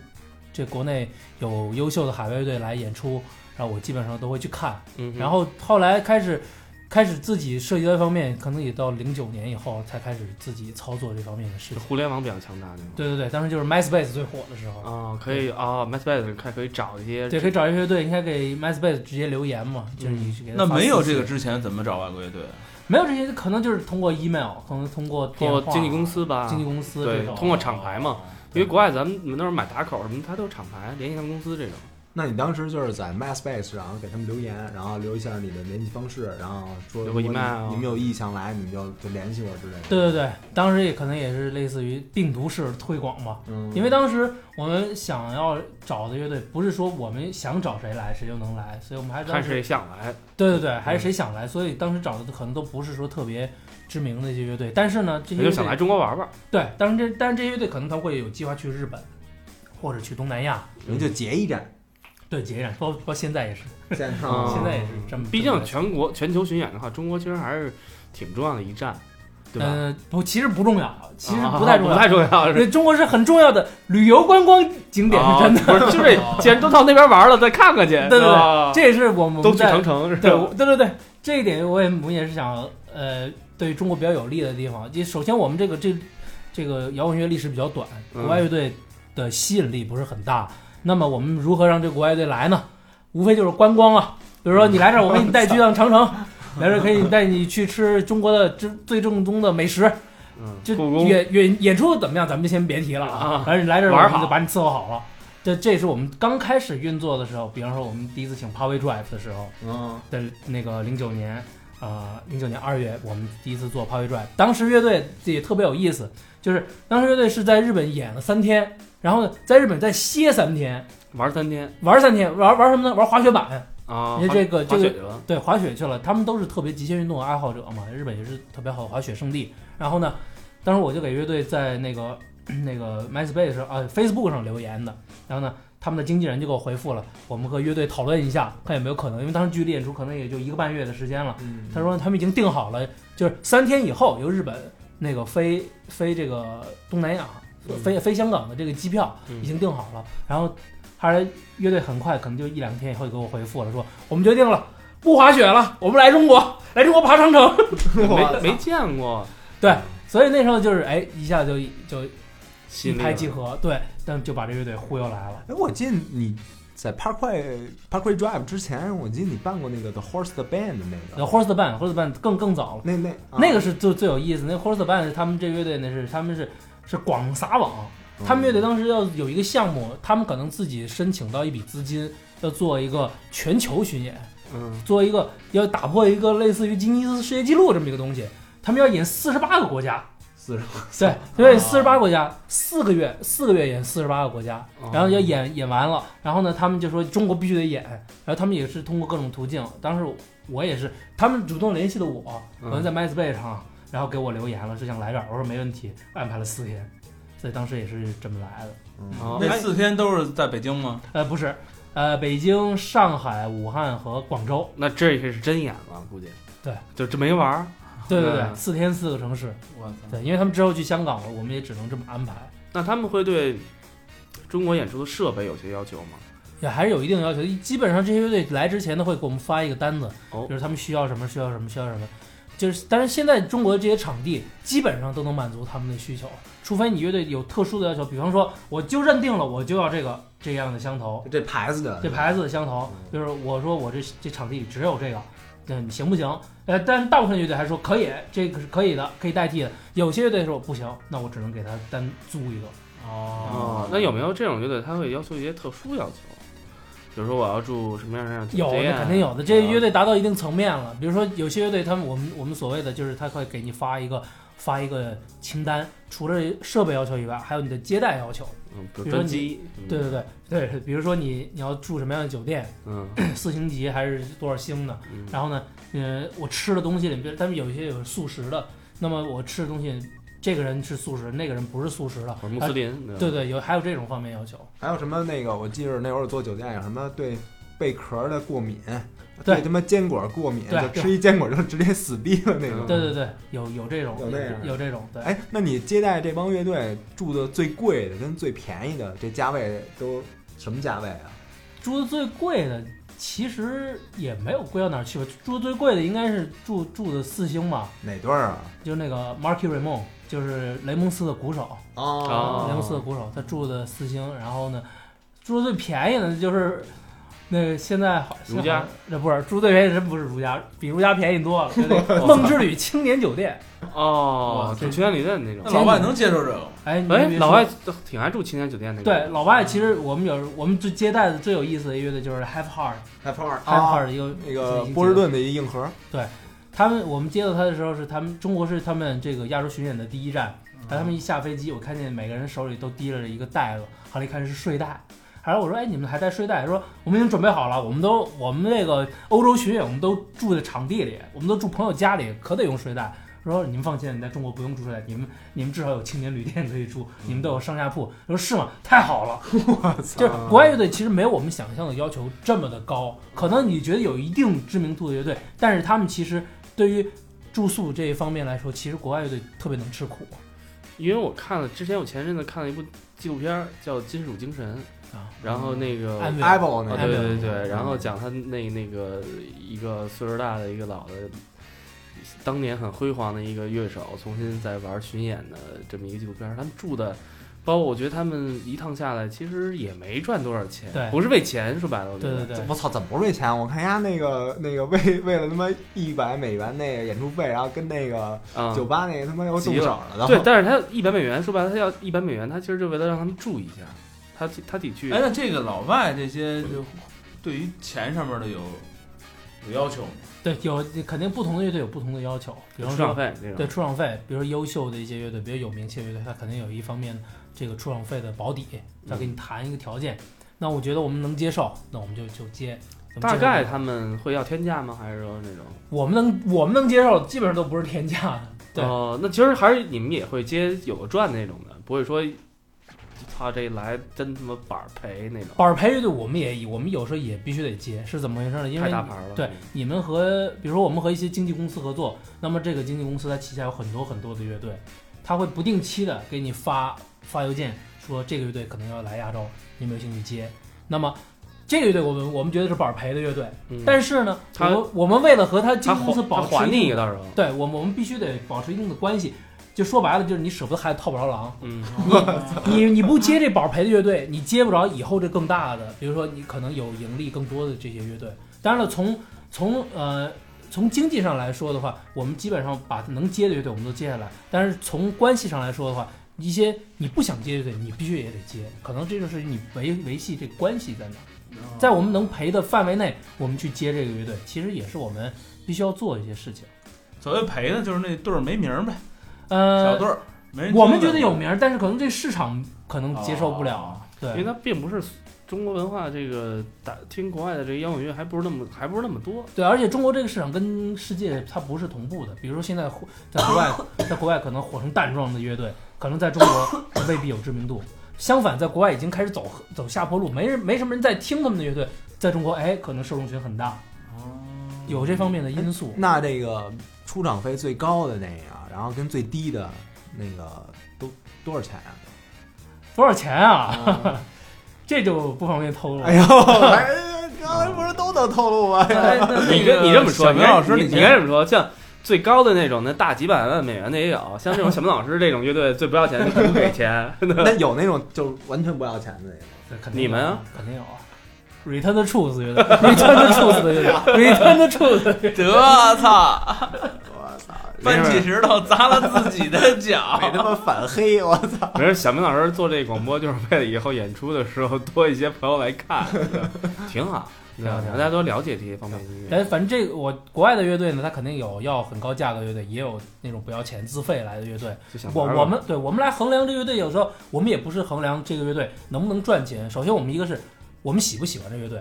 这国内有优秀的海外乐队来演出，然后我基本上都会去看。
嗯哼，
然后后来开始开始自己涉及到这方面，可能也到零九年以后才开始自己操作这方面的事
就
情。
互联网比较强大那种。
对对对，当时就是 MySpace 最火的时候。
哦，可以啊 m a s b a s 看可以找一些
对，可以找一些乐队，你看给 MySpace 直接留言嘛，
嗯
就是你是给他
那
发
没有这
私
个
信，
之前怎么找外国乐队？
没有这些，可能就是通过 email，可能通过电
或
话
经纪公司吧，
经纪公司
对
这种
通过厂牌嘛，因为国外咱们那儿买打口什么，它都有厂牌，联系他们公司这种。
那你当时就是在 MySpace 上给他们留言，然后留一下你的联系方式，然后说
留
如
个啊 email
果你你们有意向来，你们就就联系我之类的。
对对对，当时也可能也是类似于病毒式推广吧，
嗯，
因为当时我们想要找的乐队，不是说我们想找谁来谁就能来，所以我们还当
看
时
谁嗯想来，
对对对，还是谁想来，所以当时找的可能都不是说特别知名的一些乐队，但是呢，这些
谁
乐
就
队
想来中国玩玩。
对，当然这但是这些乐队可能他会有计划去日本或者去东南亚，
你们就结一战，
对，截然包括现在也是，
现 在嗯
哦
现在也是这么，
毕
这
竟
么来
全国全球巡演的话，中国其实还是挺重要的一站，对吧？
嗯不，其实不重要，其实
啊
不太重
不
要
太。重要，是
对，中国是很重要的旅游观光景点，
啊
是真的。
不是，就是既然都到那边玩了，再看看去，
对对
吧？
这也是我们
都去
在
长城是
对
吧？
我对对对，这一点我也我们也是想呃，对中国比较有利的地方。就首先我们这个这这个摇滚乐历史比较短，
嗯
国外乐队的吸引力不是很大。那么我们如何让这国外乐队来呢？无非就是观光啊，比如说你来这儿，我给你带去趟 长城，来这儿可以带你去吃中国的最最正宗的美食。
嗯，
就
故宫
演演演出怎么样，咱们就先别提了
啊
反正你来这儿
玩儿
我们
好
就把你伺候好了。这这也是我们刚开始运作的时候，比方说我们第一次请 Pavi Drive 的时候，
嗯，
的那个零九年，啊，零九年二月，我们第一次做 Power Drive，当时乐队也特别有意思，就是当时乐队是在日本演了三天，然后呢，在日本再歇三天，
玩三天
玩三天，玩玩什么呢？玩滑雪板，
啊，
因为这个
滑
这
雪
个
去了，
对滑雪去了，他们都是特别极限运动的爱好者嘛，日本也是特别好的滑雪圣地。然后呢，当时我就给乐队在那个那个 MySpace 上啊 Facebook 上留言的，然后呢。他们的经纪人就给我回复了，我们和乐队讨论一下，看有没有可能，因为当时距离演出可能也就一个半月的时间了。
嗯
他说他们已经定好了，就是三天以后由日本那个飞飞这个东南亚、飞飞香港的这个机票
嗯
已经定好了。然后后来乐队很快可能就一两天以后就给我回复了，说我们决定了，不滑雪了，我们来中国，来中国爬长城。
嗯没没见过，
所以那时候就是哎，一下就就
吸
一
引力
拍
了
即合，对，但就把这乐队忽悠来了。
哎，我记得你在 Parkway Parkway Drive 之前，我记得你办过那个 The Horse the Band 的那
呃
个，
，Horse Band，Horse Band 更更早了，
那那啊
那个是最最有意思。那 Horse Band 是他们这乐队那是他们是是广撒网，他们乐队当时要有一个项目，他们可能自己申请到一笔资金，要做一个全球巡演，
嗯
做一个要打破一个类似于吉尼斯世界纪录这么一个东西。他们要演四十八个国家，
四十
对，因为四十八国家，四个月，四个月演四十八个国家，
哦
然后要
哦
演演完了，然后呢，他们就说中国必须得演，然后他们也是通过各种途径，当时我也是，他们主动联系的我，
嗯
我在 MySpace 上，然后给我留言了，是想来这儿，我说没问题，安排了四天，所以当时也是这么来的，
嗯
哦
那四天都是在北京吗？
呃，不是，呃，北京、上海、武汉和广州，
那这是真演了，估计。
对，
就这没玩儿。
对对对，
嗯
四天四个城市，
我操！
对，因为他们之后去香港了，我们也只能这么安排。
那他们会对中国演出的设备有些要求吗？
也还是有一定要求。基本上这些乐队来之前呢，会给我们发一个单子，
哦
就是他们需要什么，需要什么，需要什么。就是，但是现在中国这些场地基本上都能满足他们的需求，除非你乐队有特殊的要求，比方说我就认定了我就要这个这样的香头，
这牌子的
这牌子的香头，就是我说我这这场地里只有这个，那你行不行？呃，但大部分乐队还说可以，这个是可以的，可以代替的。有些乐队说不行，那我只能给他单租一个。
哦，那有没有这种乐队，他会要求一些特殊要求？比如说我要住什么样什么样的
有，
酒店啊
那肯定有的。这
嗯
乐队达到一定层面了，比如说有些乐队，他们我们我们所谓的就是他会给你发一个发一个清单，除了设备要求以外，还有你的接待要求。
嗯，比如
比如说
专
你
机，
对，对对对，比如说你你要住什么样的酒店，
嗯，
四星级还是多少星的？
嗯
然后呢，呃，我吃的东西里，比如他们有一些有素食的，那么我吃的东西，这个人是素食，那个人不是素食的
或者。穆斯
还
林，吧
啊对对，有还有这种方面要求。
还有什么那个，我记着那会儿做酒店有什么对贝壳的过敏，
对
他妈坚果过敏，
对
就吃一坚果就直接死逼了那种。
对对对，有有这种
有那样的
有这种对。
哎，那你接待这帮乐队住的最贵的跟最便宜的这价位都什么价位啊？
住的最贵的其实也没有贵到哪儿去吧，住的最贵的应该是住住的四星吧，
哪对儿啊？
就是那个 Marky Ramon，就是雷蒙斯的鼓手，啊
哦
雷蒙斯的鼓手，他住的四星，然后呢，住的最便宜的就是。那个现在好，
如家
那不是住最便宜，真不是如家，比如家便宜多 了。就那个梦之旅青年酒店，
哦，
这
就青年旅店那
那
种。
老外能接受这个吗？
哎，你
哎
别，说
老外挺爱住青年酒店那个。
对老外，其实我们有我们最接待的最有意思的乐队就是 Have Heart，Have
还泡儿
Heart 一啊个
哦那个波士顿的一硬核，
他们我们接到他的时候是他们中国是他们这个亚洲巡演的第一站，然后他们一下飞机，我看见每个人手里都提着一个袋子，后来一看是睡袋，后来我说哎你们还带睡袋？说我们已经准备好了，我们都我们那个欧洲巡演我们都住在场地里，我们都住朋友家里，可得用睡袋。说你们放心，你在中国不用住睡袋，你们你们至少有青年旅店可以住，你们都有上下铺。我说是吗？太好了，就是
啊
国外乐队其实没有我们想象的要求这么的高，可能你觉得有一定知名度的乐队，但是他们其实对于住宿这一方面来说，其实国外乐队特别能吃苦
因为我看了之前，我前阵子看了一部纪录片儿叫《金属精神》，
啊。
然后那个
安慰
Apple
啊，
那
安慰
对
个，
对对，然后讲他那那个一个岁数大的一个老的，当年很辉煌的一个乐手，重新在玩巡演的这么一个纪录片儿，他们住的。包括我觉得他们一趟下来，其实也没赚多少钱，
对
不是为钱，说白了，我觉
对
得
对对，
我操，怎么不是为钱？我看人家那个那个为为了他妈一百美元那个演出费，然后跟那个
啊，
酒吧那个他妈要动
急
手
了
了都，
对，但是他一百美元，说白了，他要一百美元，他其实就为了让他们住一下，他他得去，
哎，那这个老外这些就对于钱上面的有有要求吗？
对有肯定不同的乐队有不同的要求，比方
出场
说
费那种，
对出场费，比如说优秀的一些乐队，比如有名气的乐队，他肯定有一方面这个出场费的保底，他
嗯
给你谈一个条件。那我觉得我们能接受，那我们就就接。
嗯
我们接
大
受不
概
了
他们会要天价吗？还是说那种？
我们能我们能接受，基本上都不是天价的。 对
哦，那其实还是你们也会接有赚那种的，不会说，操这一来真他妈板儿赔那种，
板儿培乐队我们也我们有时候也必须得接，是怎么回事呢？因
太
为
大牌了。
对你们和比如说我们和一些经纪公司合作，那么这个经纪公司它旗下有很多很多的乐队，它会不定期的给你发发邮件说这个乐队可能要来亚洲，你有没有兴趣接？那么这个乐队我们我们觉得是板儿培的乐队，
嗯，
但是呢，我
他
们我们为了和他经
他
纪公司
还他
保持
还
一定
你一个到时候，
对我们，我们必须得保持一定的关系。就说白了，就是你舍不得孩子套不着狼，
嗯，
你你不接这保培的乐队，你接不着以后这更大的，比如说你可能有盈利更多的这些乐队。当然了，从从呃从经济上来说的话，我们基本上把能接的乐队我们都接下来，但是从关系上来说的话，一些你不想接的乐队，你必须也得接，可能这就是你维维系这关系在哪。在我们能赔的范围内，我们去接这个乐队，其实也是我们必须要做的一些事情。
所谓赔呢，就是那队儿没名儿呗，小
呃
队，儿没人。
我们觉得有，名儿，但是可能这市场可能接受不了。
哦
因为
嗯对
它并不是中国文化这个打听国外的这个摇滚乐还不是那么还不是那么多，
对，而且中国这个市场跟世界它不是同步的。比如说现在火在国外，在国外可能火成蛋状的乐队，可能在中国未必有知名度。相反，在国外已经开始走走下坡路，没人没什么人在听他们的乐队，在中国哎，可能受众群很大，
哦
有这方面的因素。
那这个出场费最高的那个，然后跟最低的那个都多少钱啊？
多少钱
哦
啊？ 这就不方便透露。
哎 呦，哎刚才不是都能透露吗？
哎那
你跟你这么说，
小
你
明老师，
你
你
你该这么说，像最高的那种，那大几百万美元的也有，像这种小明老师这种乐队最不要钱，就不给钱。
那有那种就是完全不要钱的那个。
对肯定有
你们啊，
肯定有啊。Return the Truth 乐队，Return the Truth 乐 队，Return the Truth 乐队，
得啊操，
我操，
搬起石头砸了自己的脚。
没他妈反黑，我操！
没事，小明老师做这广播就是为了以后演出的时候多一些朋友来看， 挺好，
挺好挺好
让大家多了解这些方面的音乐。
哎，反正这个我国外的乐队呢，它肯定有要很高价格的乐队，也有那种不要钱自费来的乐队。
就想
我
玩玩
我们对我们来衡量这乐队，有时候我们也不是衡量这个乐队能不能赚钱。首先，我们一个是我们喜不喜欢这乐队，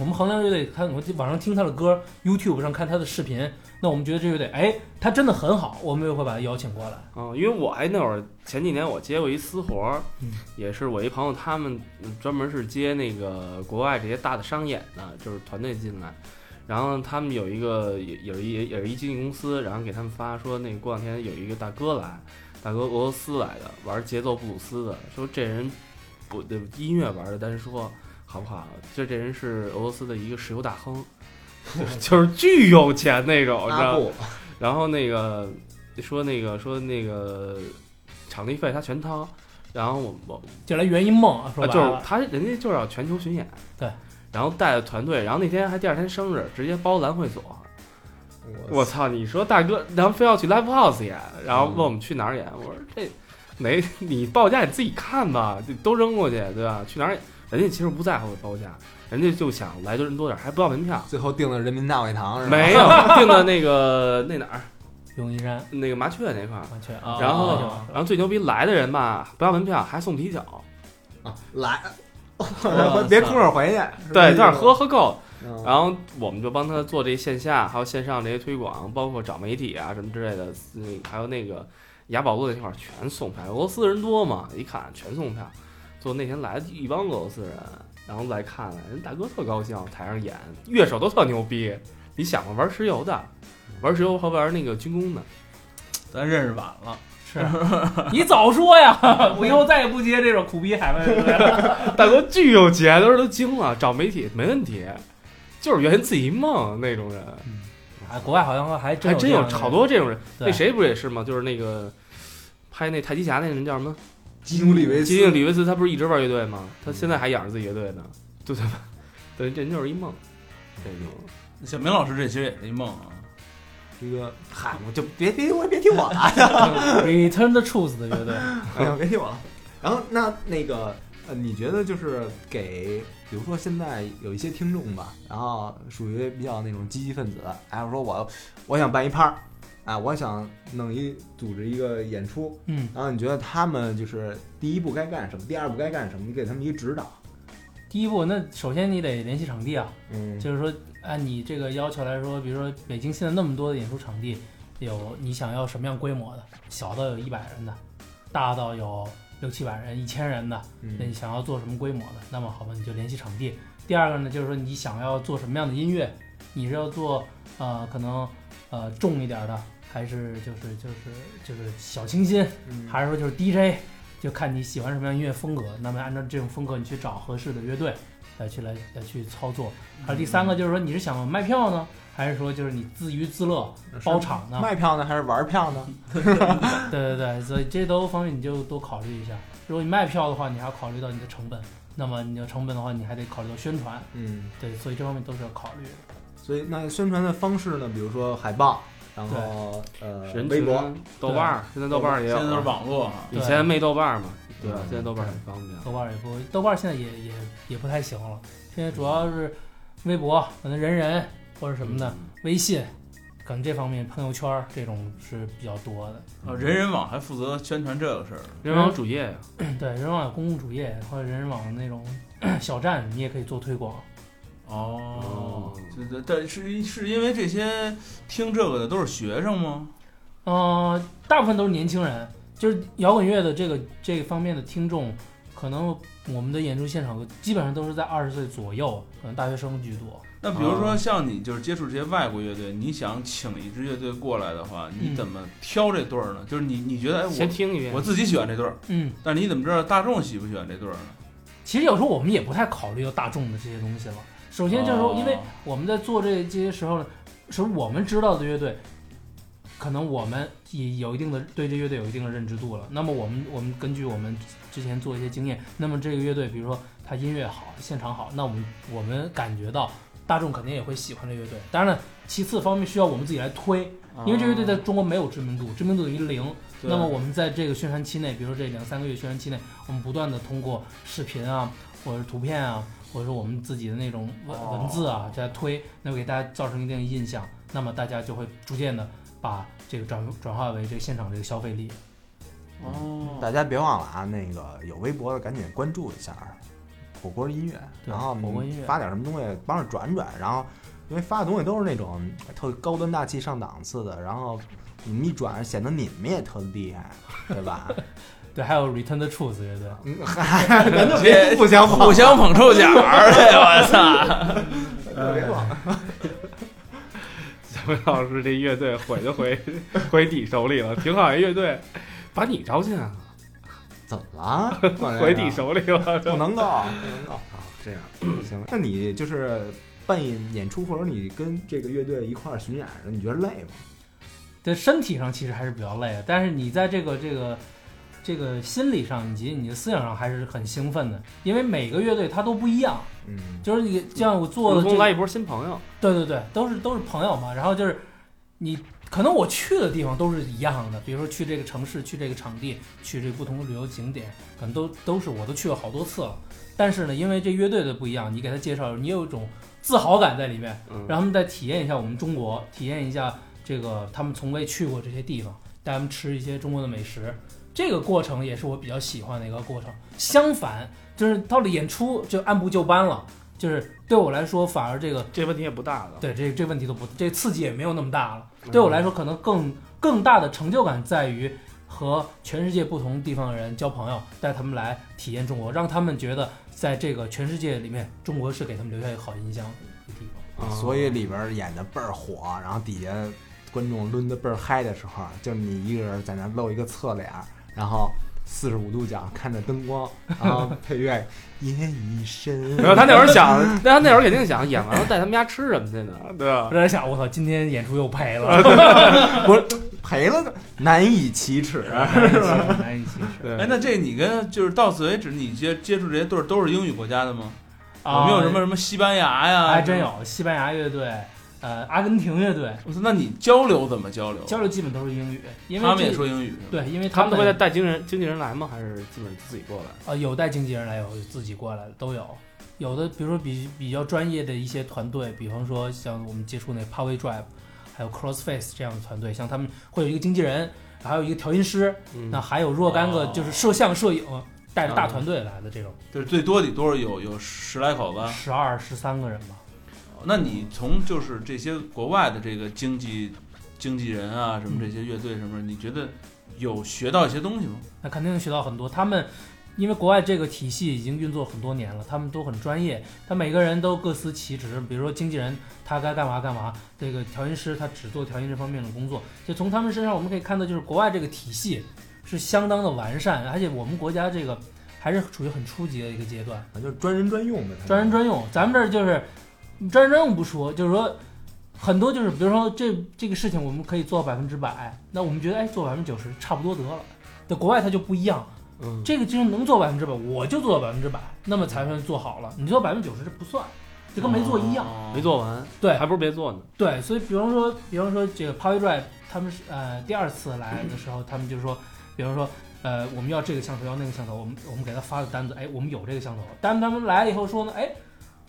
我们衡量乐队， 看我网上听他的歌，YouTube 上看他的视频，那我们觉得这乐队，哎，他真的很好，我们就会把他邀请过来。
哦，因为我还那会儿前几年我接过一私活儿，
嗯
也是我一朋友他们嗯专门是接那个国外这些大的商演的，就是团队进来，然后他们有一个也有一也是一经纪公司，然后给他们发说那个过两天有一个大哥来，大哥俄罗斯来的，玩节奏布鲁斯的，说这人不对音乐玩的单说好不好？就这人是俄罗斯的一个石油大亨， 就是就是巨有钱那种，你知道
阿
吗？
布，
然后那个说那个说那个场地费他全掏，然后我我
就来袁一梦，说
啊
白
就
了，
是他人家就是要全球巡演，
对，
然后带着团队，然后那天还第二天生日，直接包蓝会所，我操！你说大哥，然后非要去 live house 演，然后问我们去哪儿演，我说这没你报价你自己看吧， 就都扔过去，对吧？去哪儿演？人家其实不在乎报价，人家就想来的人多点儿，还不要门票，
最后定了人民大会堂是吧？
没有定的那个那哪儿
永一 山，
那个麻雀那块儿。
完全
啊
然后
麻雀，
然后最牛逼来的人吧，不要门票还送啤酒，
啊，来，
操
别空手回去。是吧
对，在那儿喝。喝够，
嗯
然后我们就帮他做这线下还有线上这些推广，包括找媒体啊什么之类的，嗯，还有那个雅宝路那块儿全送票，俄罗斯人多嘛，一看全送票，就那天来了一帮俄罗斯人，然后来看了，人大哥特高兴，台上演，乐手都特牛逼，你想嘛，玩石油的，玩石油和玩那个军工的，
咱认识晚了，
是你早说呀！ 我以后再也不接这种苦逼海外乐 队 了。
大哥巨有钱，当时都惊了，找媒体没问题，就是圆自己梦那种人。
哎，国外好像还真
还真有
这样的
好多这种人。
对
那谁不是也是吗？就是那个拍那太极侠那人叫什么？
基努里维
基定李维斯，他不是一直玩乐队吗？他现在还养着自己乐队呢，对对吧？对，这人就是一梦，这种
小明老师这其实也是一梦啊。
一个，嗨，我就别别我别听我了，
Return the Truth 的乐队，
哎 呀，别听我了。然后那那个呃，你觉得就是给，比如说现在有一些听众吧，然后属于比较那种积极分子，哎，我说我我想办一趴儿，啊，我想弄一组织一个演出，
嗯，
然后你觉得他们就是第一步该干什么，第二步该干什么，你给他们一个指导。
第一步，那首先你得联系场地啊，
嗯，
就是说按你这个要求来说，比如说北京现在那么多的演出场地，有你想要什么样规模的，小到有一百人的，大到有六七百人、一千人的，那你
嗯，
想要做什么规模的，那么好吧，你就联系场地。第二个呢，就是说你想要做什么样的音乐，你是要做呃可能呃重一点儿的，还是就是就是就是小清新，
嗯
还是说就是 DJ，就看你喜欢什么样音乐风格。那么按照这种风格，你去找合适的乐队，来去来来去操作。还有第三个就是说，你是想卖票呢，还是说就是你自娱自乐包场呢？
卖票呢还是玩票呢？
对对对，所以这都方面你就多考虑一下。如果你卖票的话，你还要考虑到你的成本，那么你的成本的话，你还得考虑到宣传，
嗯，
对，所以这方面都是要考虑的。
所以那宣传的方式呢，比如说海报，然后呃
人
微博，
群、豆瓣儿，现在豆瓣儿也有
现在都是
了，
网络啊，
以前没豆瓣儿嘛，
对
吧？现在豆瓣儿很方便。
豆瓣儿也不，豆瓣儿现在也也也不太行了，现在主要是微博，可能人人或者什么的，微信，可能这方面朋友圈儿这种是比较多的。
啊人人网还负责宣传这个事儿，
人网主页呀，
对，人人网有公共主页或者人人网那种 小站，你也可以做推广。
哦，这这但是是因为这些听这个的都是学生吗？
嗯、大部分都是年轻人，就是摇滚乐的这个这个方面的听众，可能我们的演出现场基本上都是在二十岁左右，可能大学生居多。
那比如说像你就是接触这些外国乐队，你想请一支乐队过来的话，你怎么挑这对儿呢？就是你你觉得哎
先
我
听一遍
我。自己喜欢这对儿，
嗯，
但是你怎么知道大众喜不喜欢这对儿呢？
其实有时候我们也不太考虑到大众的这些东西了。首先就是说，
哦
因为我们在做这这些时候呢，是我们知道的乐队，可能我们也有一定的对这乐队有一定的认知度了。那么我们我们根据我们之前做一些经验，那么这个乐队，比如说它音乐好，现场好，那我们我们感觉到大众肯定也会喜欢这乐队。当然了，其次方面需要我们自己来推，因为这乐队在中国没有知名度，知名度等于零。
对
那么我们在这个宣传期内，比如说这两三个月宣传期内，我们不断的通过视频啊，或者是图片啊，或者是我们自己的那种文文字啊，在推，那么给大家造成一定的印象，那么大家就会逐渐的把这个转转化为这个现场这个消费力。
哦，
大家别忘了啊，那个有微博的赶紧关注一下火锅音乐，
对
然后
火锅音乐
发点什么东西帮着转转，然后因为发的东西都是那种特高端大气上档次的，然后你们一转显得你们也特厉害，对吧？
对，还有 Return the Truth 乐队，
嗯嗨，咱就别互相
互相捧臭脚儿， 我操！
别忘了，
小明老师这乐队毁就毁毁你手里了，挺好一乐队，把你招进来了，
怎么了？
毁你手里了。
不能够，不能够。这样行，那你就是办演出或者你跟这个乐队一块儿巡演的，你觉得累吗？
在身体上其实还是比较累的，但是你在这个这个这个心理上以及你的思想上还是很兴奋的，因为每个乐队它都不一样，
嗯，
就是你像我做
故
的这
宫
个
来一波新朋友，
对对对，都是都是朋友嘛。然后就是你可能我去的地方都是一样的，比如说去这个城市、去这个场地、去这个不同的旅游景点，可能都都是我都去了好多次了。但是呢，因为这乐队的不一样，你给他介绍，你有一种自豪感在里面，
嗯
让他们再体验一下我们中国，体验一下这个他们从未去过这些地方，带他们吃一些中国的美食。这个过程也是我比较喜欢的一个过程。相反，就是到了演出就按部就班了，就是对我来说，反而这个
这问题也不大的。
对，这这问题都不，这刺激也没有那么大了。
嗯
对我来说，可能更更大的成就感在于和全世界不同地方的人交朋友，带他们来体验中国，让他们觉得在这个全世界里面，中国是给他们留下一个好印象的地方。
啊
所以里边儿演的倍儿火，然后底下观众抡的倍儿嗨的时候，啊就是你一个人在那露一个侧脸儿，然后四十五度角看着灯光，然后配乐夜已 深。
没有，他那会儿想，那他那会儿肯定想，演完了带他们家吃什么去呢？对吧
我？在想，我操，今天演出又赔
啊
了，
不是赔了呢，难以启齿。啊
难以启齿
对
哎，那这你跟就是到此为止，你接接触这些对儿都是英语国家的吗？有
啊！
没有什么？什嗯么西班牙呀？
还真。有西班牙乐队，呃，阿根廷乐队，
我说，那你交流怎么交流？
交流基本都是英语，因为
他们也
这
说英语。是吧
对，因为
他们会
们
带带经纪人经纪人来吗？还是基本自己过来？
啊，有带经纪人来，有自己过来的都有。有的，比如说比比较专业的一些团队，比方说像我们接触那 Power Drive，还有 Crossface 这样的团队，像他们会有一个经纪人，还有一个调音师，
嗯
那还有若干个
哦
就是摄像、摄影，带着大
啊
团队来的这种，
就是最多得多少有有十来口子。
十二、十三个人吧。
那你从就是这些国外的这个经纪经纪人啊，什么这些乐队什么，你觉得有学到一些东西吗？
那肯定学到很多。他们因为国外这个体系已经运作很多年了，他们都很专业，他每个人都各司其职。比如说经纪人他该干嘛干嘛，这个调音师他只做调音这方面的工作。就从他们身上我们可以看到，就是国外这个体系是相当的完善，而且我们国家这个还是处于很初级的一个阶段，
反正就是专人专用的，
专人专用。咱们这儿就是专人专用不说，就是说很多就是比如说这这个事情我们可以做到百分之百，那我们觉得哎做百分之九十差不多得了。在国外它就不一样，
嗯，
这个技术能做百分之百，我就做到百分之百，那么才算做好了。你做百分之九十这不算，就跟没做一样。
哦
没做完，
对
还不如别做呢。
对，所以比方说，比方说这个 Power Drive，他们是呃第二次来的时候，他们就说，比方说呃我们要这个枪头，要那个枪头，我们我们给他发的单子，哎，我们有这个枪头，但他们来了以后说呢，哎，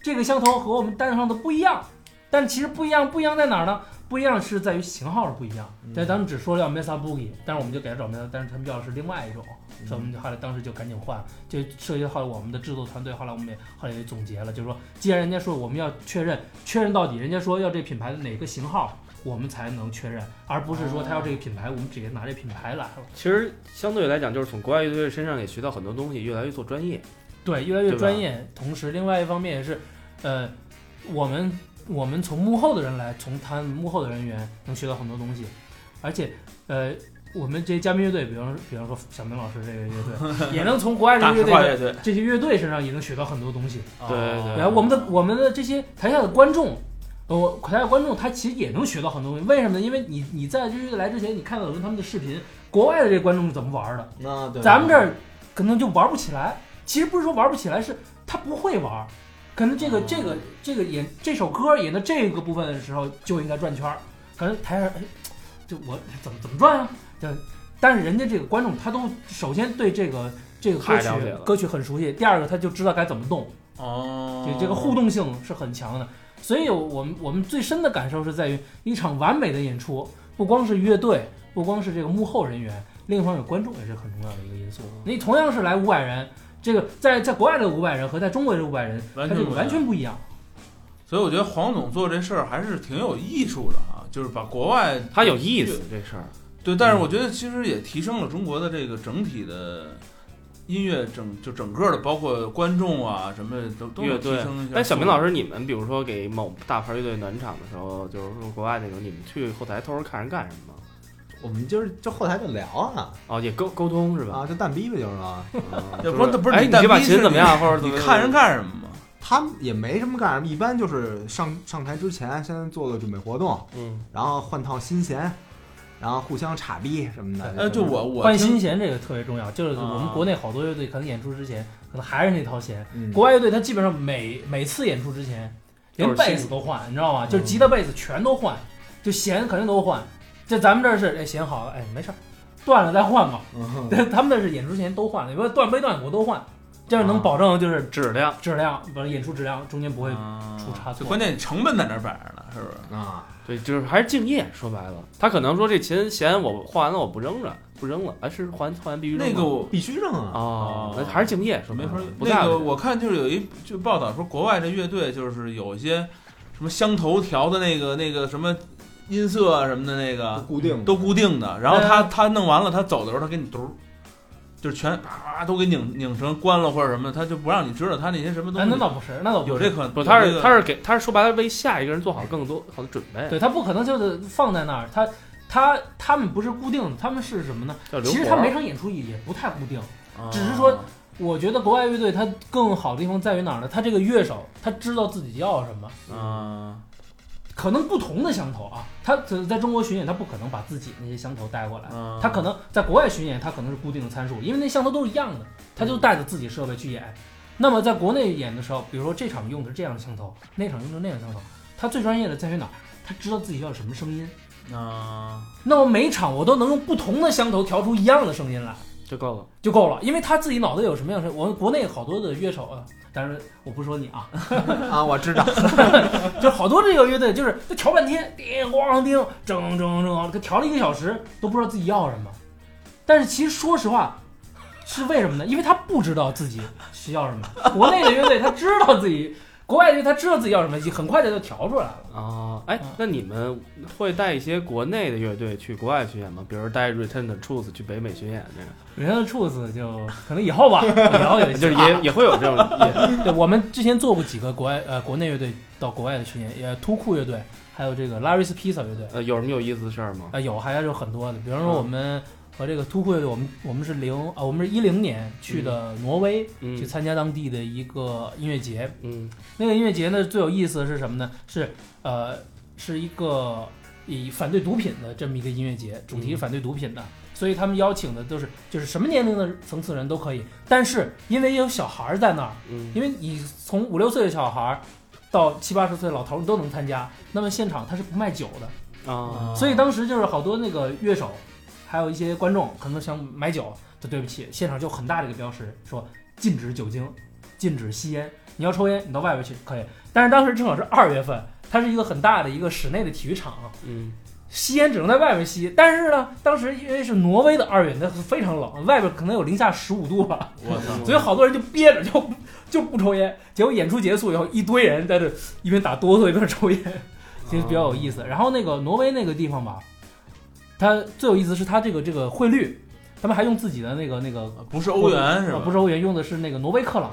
这个枪头和我们单子上的不一样，但其实不一样，不一样在哪儿呢？不一样是在于型号是不一样，
嗯
但咱们只说了要 Mesa Boogie，但是我们就给他找 Mesa，但是他们要的是另外一种，
嗯
所以我们就后来当时就赶紧换，就涉及到后来我们的制作团队，后来我们也后来也总结了，就是说，既然人家说我们要确认确认到底，人家说要这品牌的哪个型号，我们才能确认，而不是说他要这个品牌，我们直接拿这品牌来了。
其实相对来讲，就是从国外乐队身上也学到很多东西，越来越做专业。
对，越来越专业。同时，另外一方面也是，呃，我们我们从幕后的人来，从他们幕后的人员能学到很多东西，而且，呃，我们这些嘉宾乐队，比方比方说小明老师这个乐 队，也能从国外的
大
乐
实
队
话
的
乐队，
这些乐队身上也能学到很多东西。
对
对对
然后哎我们的我们的这些台下的观众，呃，我台下观众他其实也能学到很多东西。为什么呢？因为你你在这乐队来之前，你看到的都是他们的视频，国外的这些观众是怎么玩的，
那对，
咱们这儿可能就玩不起来。其实不是说玩不起来，是他不会玩。可能这
嗯
个这个这个演这首歌演到这个部分的时候就应该转圈儿，可能台上哎，就我怎么怎么转啊？就但是人家这个观众他都首先对这个这个歌
太
曲
了解了
歌曲很熟悉，第二个他就知道该怎么动。
哦
对，这个互动性是很强的。所以我们我们最深的感受是在于一场完美的演出，不光是乐队，不光是这个幕后人员，另一方面观众也是很重要的一个因素。
嗯
你同样是来五百人，这个在在国外的五百人和在中国这五百人，它
完全
就
不一样
完全不一样。
所以我觉得黄总做这事儿还是挺有艺术的啊，就是把国外
它有意思这事儿，
对，
嗯
但是我觉得其实也提升了中国的这个整体的音乐整就整个的，包括观众啊什么都都有
乐
提
队
升一下。
哎，小明老师，你们比如说给某大牌乐队暖场的时候，就是说国外那种，你们去后台偷偷看人干什么吗？
我们就是就后台就聊啊
哦，也沟沟通是吧？
啊，就蛋逼吧，就是啊，
啊
要不是不是
哎，
你
你
蛋
这把
逼
琴
是
怎么样，或者怎
你
么
看人干什么嘛？
他们也没什么干什么，一般就是上上台之前先做做准备活动，
嗯，
然后换套新弦，然后互相插逼什么的。
呃，就我我
换
听
新弦这个特别重要，就是我们
啊
国内好多乐队可能演出之前可能还是那套弦，
嗯
国外乐队他基本上每每次演出之前，
都
连
是
贝
新
斯都换，你知道吗？就是吉他、贝斯全都换，就弦肯定都换。这咱们这儿是哎弦好了，哎没事儿，断了再换吧。
嗯
他们那是演出前都换，你说断没断我都换，这样能保证就是
质量
质量，不是演出质量中间不会。
啊
出差错
就关键成本在那儿摆着呢，是不是？
啊，
对，就是还是敬业。说白了，他可能说这琴弦我换完了我不扔了，不扔了，哎，是换换完必须扔
那
吗
个我
必须扔啊！
哦
哦，
那还是敬业，说白了
没法儿。
不
那
在
个
乎
我看就是有一就报道说，国外这乐队就是有一些什么香头调的那个那个什么音色啊什么的那个
固定
都固定的，然后他
嗯
他弄完了，他走的时候他给你嘟儿，就是全啪都给拧拧成关了或者什么的，他就不让你知道他那些什么
哎，
东
那
西。
倒不是，那倒不
有
是
这可能，
不，他
有这
是
个
他是给他是说白了为下一个人做好更多好的准备，
对他不可能就是放在那儿，他他他们不是固定的，他们是什么呢？
叫留
其实
活
他
儿
每场演出也也不太固定。
啊
只是说我觉得国外乐队它更好的地方在于哪儿呢？他这个乐手他知道自己要什么，
啊，
可能不同的响头啊，他在在中国巡演他不可能把自己那些响头带过来，
啊
他可能在国外巡演他可能是固定的参数，因为那响头都是一样的，他就带着自己设备去演。那么在国内演的时候，比如说这场用的是这样的响头，那场用的是那样的响头，他最专业的在于哪儿？他知道自己要什么声音。
啊，
那么每一场我都能用不同的响头调出一样的声音来。
就够了。
嗯就够了，因为他自己脑袋有什么样的，我们国内好多的乐手啊，但是我不是说你啊，
啊，我知道，
就好多这个乐队就是就调半天，叮咣叮，整整整，给调了一个小时都不知道自己要什么。但是其实说实话，是为什么呢？因为他不知道自己是要什么。国内的乐队他知道自己，国外的乐队他知道自己要什么，很快的就调出来了。
哦，哎
嗯，
那你们会带一些国内的乐队去国外巡演吗？比如带 Return to Truth 去北美巡演这
人家的处子就可能以后吧，以后有一
个，
些
就是也也会有这种，也
对，我们之前做过几个国外呃国内乐队到国外的巡演，也突库乐队，还有这个 Larry's Pizza 乐队，
呃有什么有意思的事儿吗？
啊，有还有很多的，比方说我们、和这个突会队，我们我们是零啊，我们是一零年去的挪威，去
嗯
参加当地的一个音乐节。
嗯
那个音乐节呢，最有意思的是什么呢？是呃，是一个以反对毒品的这么一个音乐节，主题
嗯
是反对毒品的，所以他们邀请的都是就是什么年龄的层次的人都可以。但是因为也有小孩儿在那儿，
嗯
因为你从五六岁的小孩儿到七八十岁的老头儿都能参加，那么现场他是不卖酒的。
啊，
嗯所以当时就是好多那个乐手，还有一些观众，可能想买酒，就对不起，现场就很大的一个标识说禁止酒精，禁止吸烟。你要抽烟，你到外边去可以。但是当时正好是二月份，它是一个很大的一个室内的体育场，
嗯
吸烟只能在外面吸。但是呢，当时因为是挪威的二月，那非常冷，外边可能有零下十五度吧，
我
嗯
操！
所以好多人就憋着就就不抽烟。结果演出结束以后，一堆人在这一边打哆嗦一边抽烟，其实比较有意思。然后那个挪威那个地方吧，它最有意思是它这个这个汇率，他们还用自己的那个那个
不是欧元是吧？
呃不是欧元，用的是那个挪威克朗，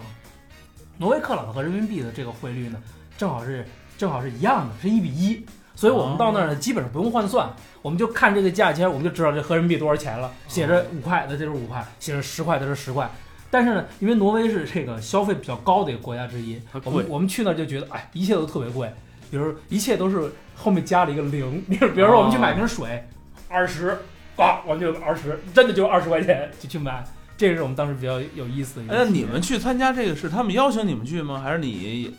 挪威克朗和人民币的这个汇率呢，正好是正好是一样的，是一比一。所以我们到那儿
哦
呢，基本上不用换算，我们就看这个价钱，我们就知道这合人民币多少钱了。写
哦
着五块，那这就是五块；写着十块，那就是十块。但是呢，因为挪威是这个消费比较高的一个国家之一，
它哦
我
贵
们我们去那儿就觉得，哎，一切都特别贵，比如一切都是后面加了一个零， 比如比如说我们去买瓶水，二十、啊，我们就二十，真的就二十块钱就去买，这是我们当时比较有意思的一个
哎，
体
那
验。
你们去参加这个是他们邀请你们去吗？还是你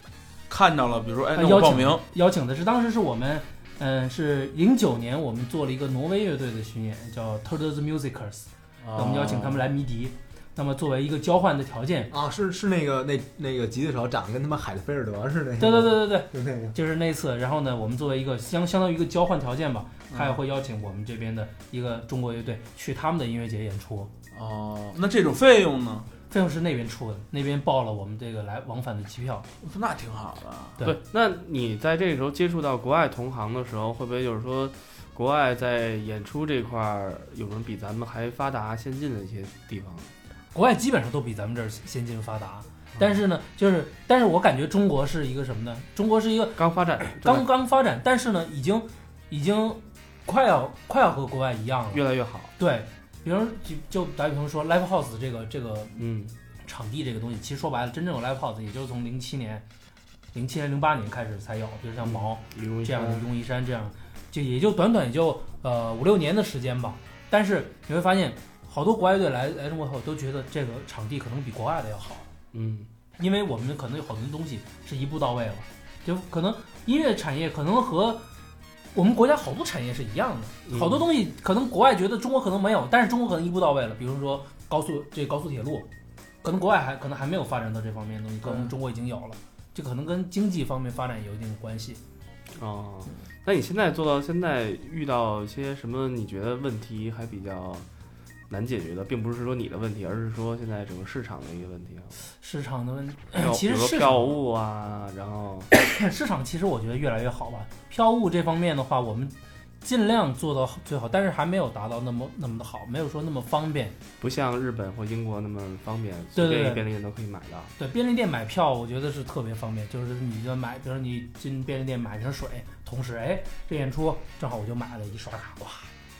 看到了，比如说哎，
啊
那
邀
我报
请
名，
邀请的是当时是我们，嗯、是零九年我们做了一个挪威乐队的巡演，叫 Turtles Musicers，、我们邀
哦
请他们来迷笛。那么作为一个交换的条件，
啊，是是那个那那个吉他手长得跟他妈海德菲尔德似的，
对对对，对对，
就那个。
就是那次，然后呢，我们作为一个相相当于一个交换条件吧，他也会邀请我们这边的一个中国乐队去他们的音乐节演出，嗯
哦，那这种费用呢？
费用是那边出的，那边报了我们这个来往返的机票。
那挺好的。
对
对，那你在这个时候接触到国外同行的时候，会不会就是说，国外在演出这块儿有什么比咱们还发达先进的一些地方？
国外基本上都比咱们这儿先进发达，但是呢，就是但是我感觉中国是一个什么呢？中国是一个
刚发展，
刚刚发展，但是呢，已经已经快要快要和国外一样了。
越来越好。
对，比如就就打比方说 live house 这个这个
嗯
场地这个东西，其实说白了，真正的 live house 也就是从零七年、零七年、零八年开始才有，比如像毛、
比如
这样的庸医山这样，就也就短短也就呃五六年的时间吧。但是你会发现，好多国外队来来中国后都觉得这个场地可能比国外的要好，
嗯
因为我们可能有好多东西是一步到位了，就可能音乐产业可能和我们国家好多产业是一样的，
嗯
好多东西可能国外觉得中国可能没有，但是中国可能一步到位了，比如说高速这高速铁路，可能国外还可能还没有发展到这方面的东西，可能
对
中国已经有了，这可能跟经济方面发展有一定的关系。
哦，那你现在做到现在，遇到一些什么你觉得问题还比较难解决的，并不是说你的问题，而是说现在整个市场的一个问题啊，
市场的问题，
票
呃其
比
实
如说
市
票
场
务啊，然后
市场其实我觉得越来越好吧。票务这方面的话，我们尽量做到最好，但是还没有达到那么那么的好，没有说那么方便。
不像日本或英国那么方便，随
对对
便
对
一便利店都可以买到。
对便利店买票，我觉得是特别方便，就是你就买，比如你进便利店买瓶水，同时哎这演出正好我就买了一刷卡，哇，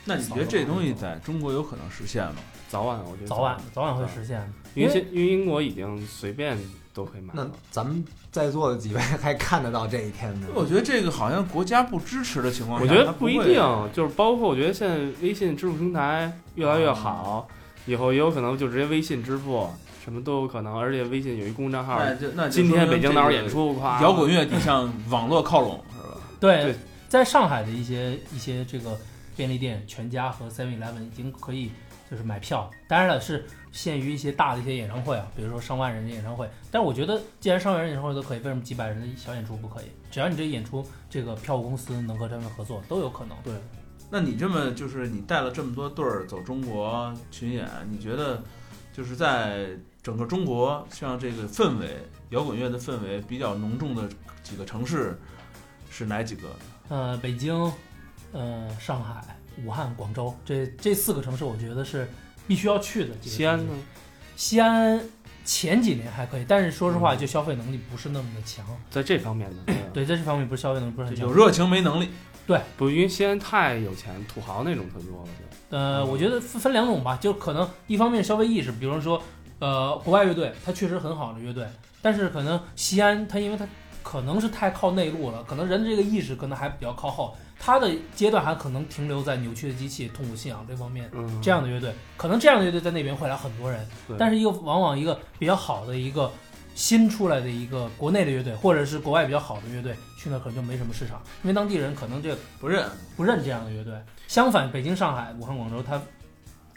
那你觉得这东西在中国有可能实现吗？
早晚我觉得
早晚早晚会实现的。
因为
因为
现因为英国已经随便都可以买
那
了。
咱们在座的几位还看得到这一天呢？
我觉得这个好像国家不支持的情况
我
下，
觉得
它
不
不
一
会
定，就是包括我觉得现在微信支付平台越来越好，以后也有可能就直接微信支付，什么都有可能。而且微信有一公众号，
那就那就
今天
说明
北京
这
哪有
个
演出？啊夸
摇滚乐得向网络靠拢是吧？
对
对，
在上海的一些一些这个便利店，全家和 Seven Eleven 已经可以就是买票，当然了是限于一些大的一些演唱会啊，比如说上万人的演唱会。但是我觉得，既然上万人演唱会都可以，为什么几百人的小演出不可以？
嗯
只要你这演出这个票务公司能和他们合作，都有可能。对，
那你这么就是你带了这么多队儿走中国巡演，你觉得就是在整个中国，像这个氛围，摇滚乐的氛围比较浓重的几个城市是哪几个？
呃，北京，呃，上海、武汉、广州这这四个城市，我觉得是必须要去的。
西安呢？？
西安前几年还可以，但是说实话，就消费能力不是那么的强。
在这方面呢？
对，在这方面不是消费能力不是很
有
强。
热情没能力，
对，
不，因为西安太有钱，土豪那种特多了，就
呃，我觉得分分两种吧，就可能一方面消费意识，比如说，呃，国外乐队它确实很好的乐队，但是可能西安它因为它可能是太靠内陆了，可能人这个意识可能还比较靠后，它的阶段还可能停留在扭曲的机器、痛苦信仰这方面。
嗯，
这样的乐队，可能这样的乐队在那边会来很多人
对，
但是一个往往一个比较好的一个新出来的一个国内的乐队，或者是国外比较好的乐队，去那可能就没什么市场，因为当地人可能这
不认。
不认这样的乐队。相反，北京、上海、武汉、广州，他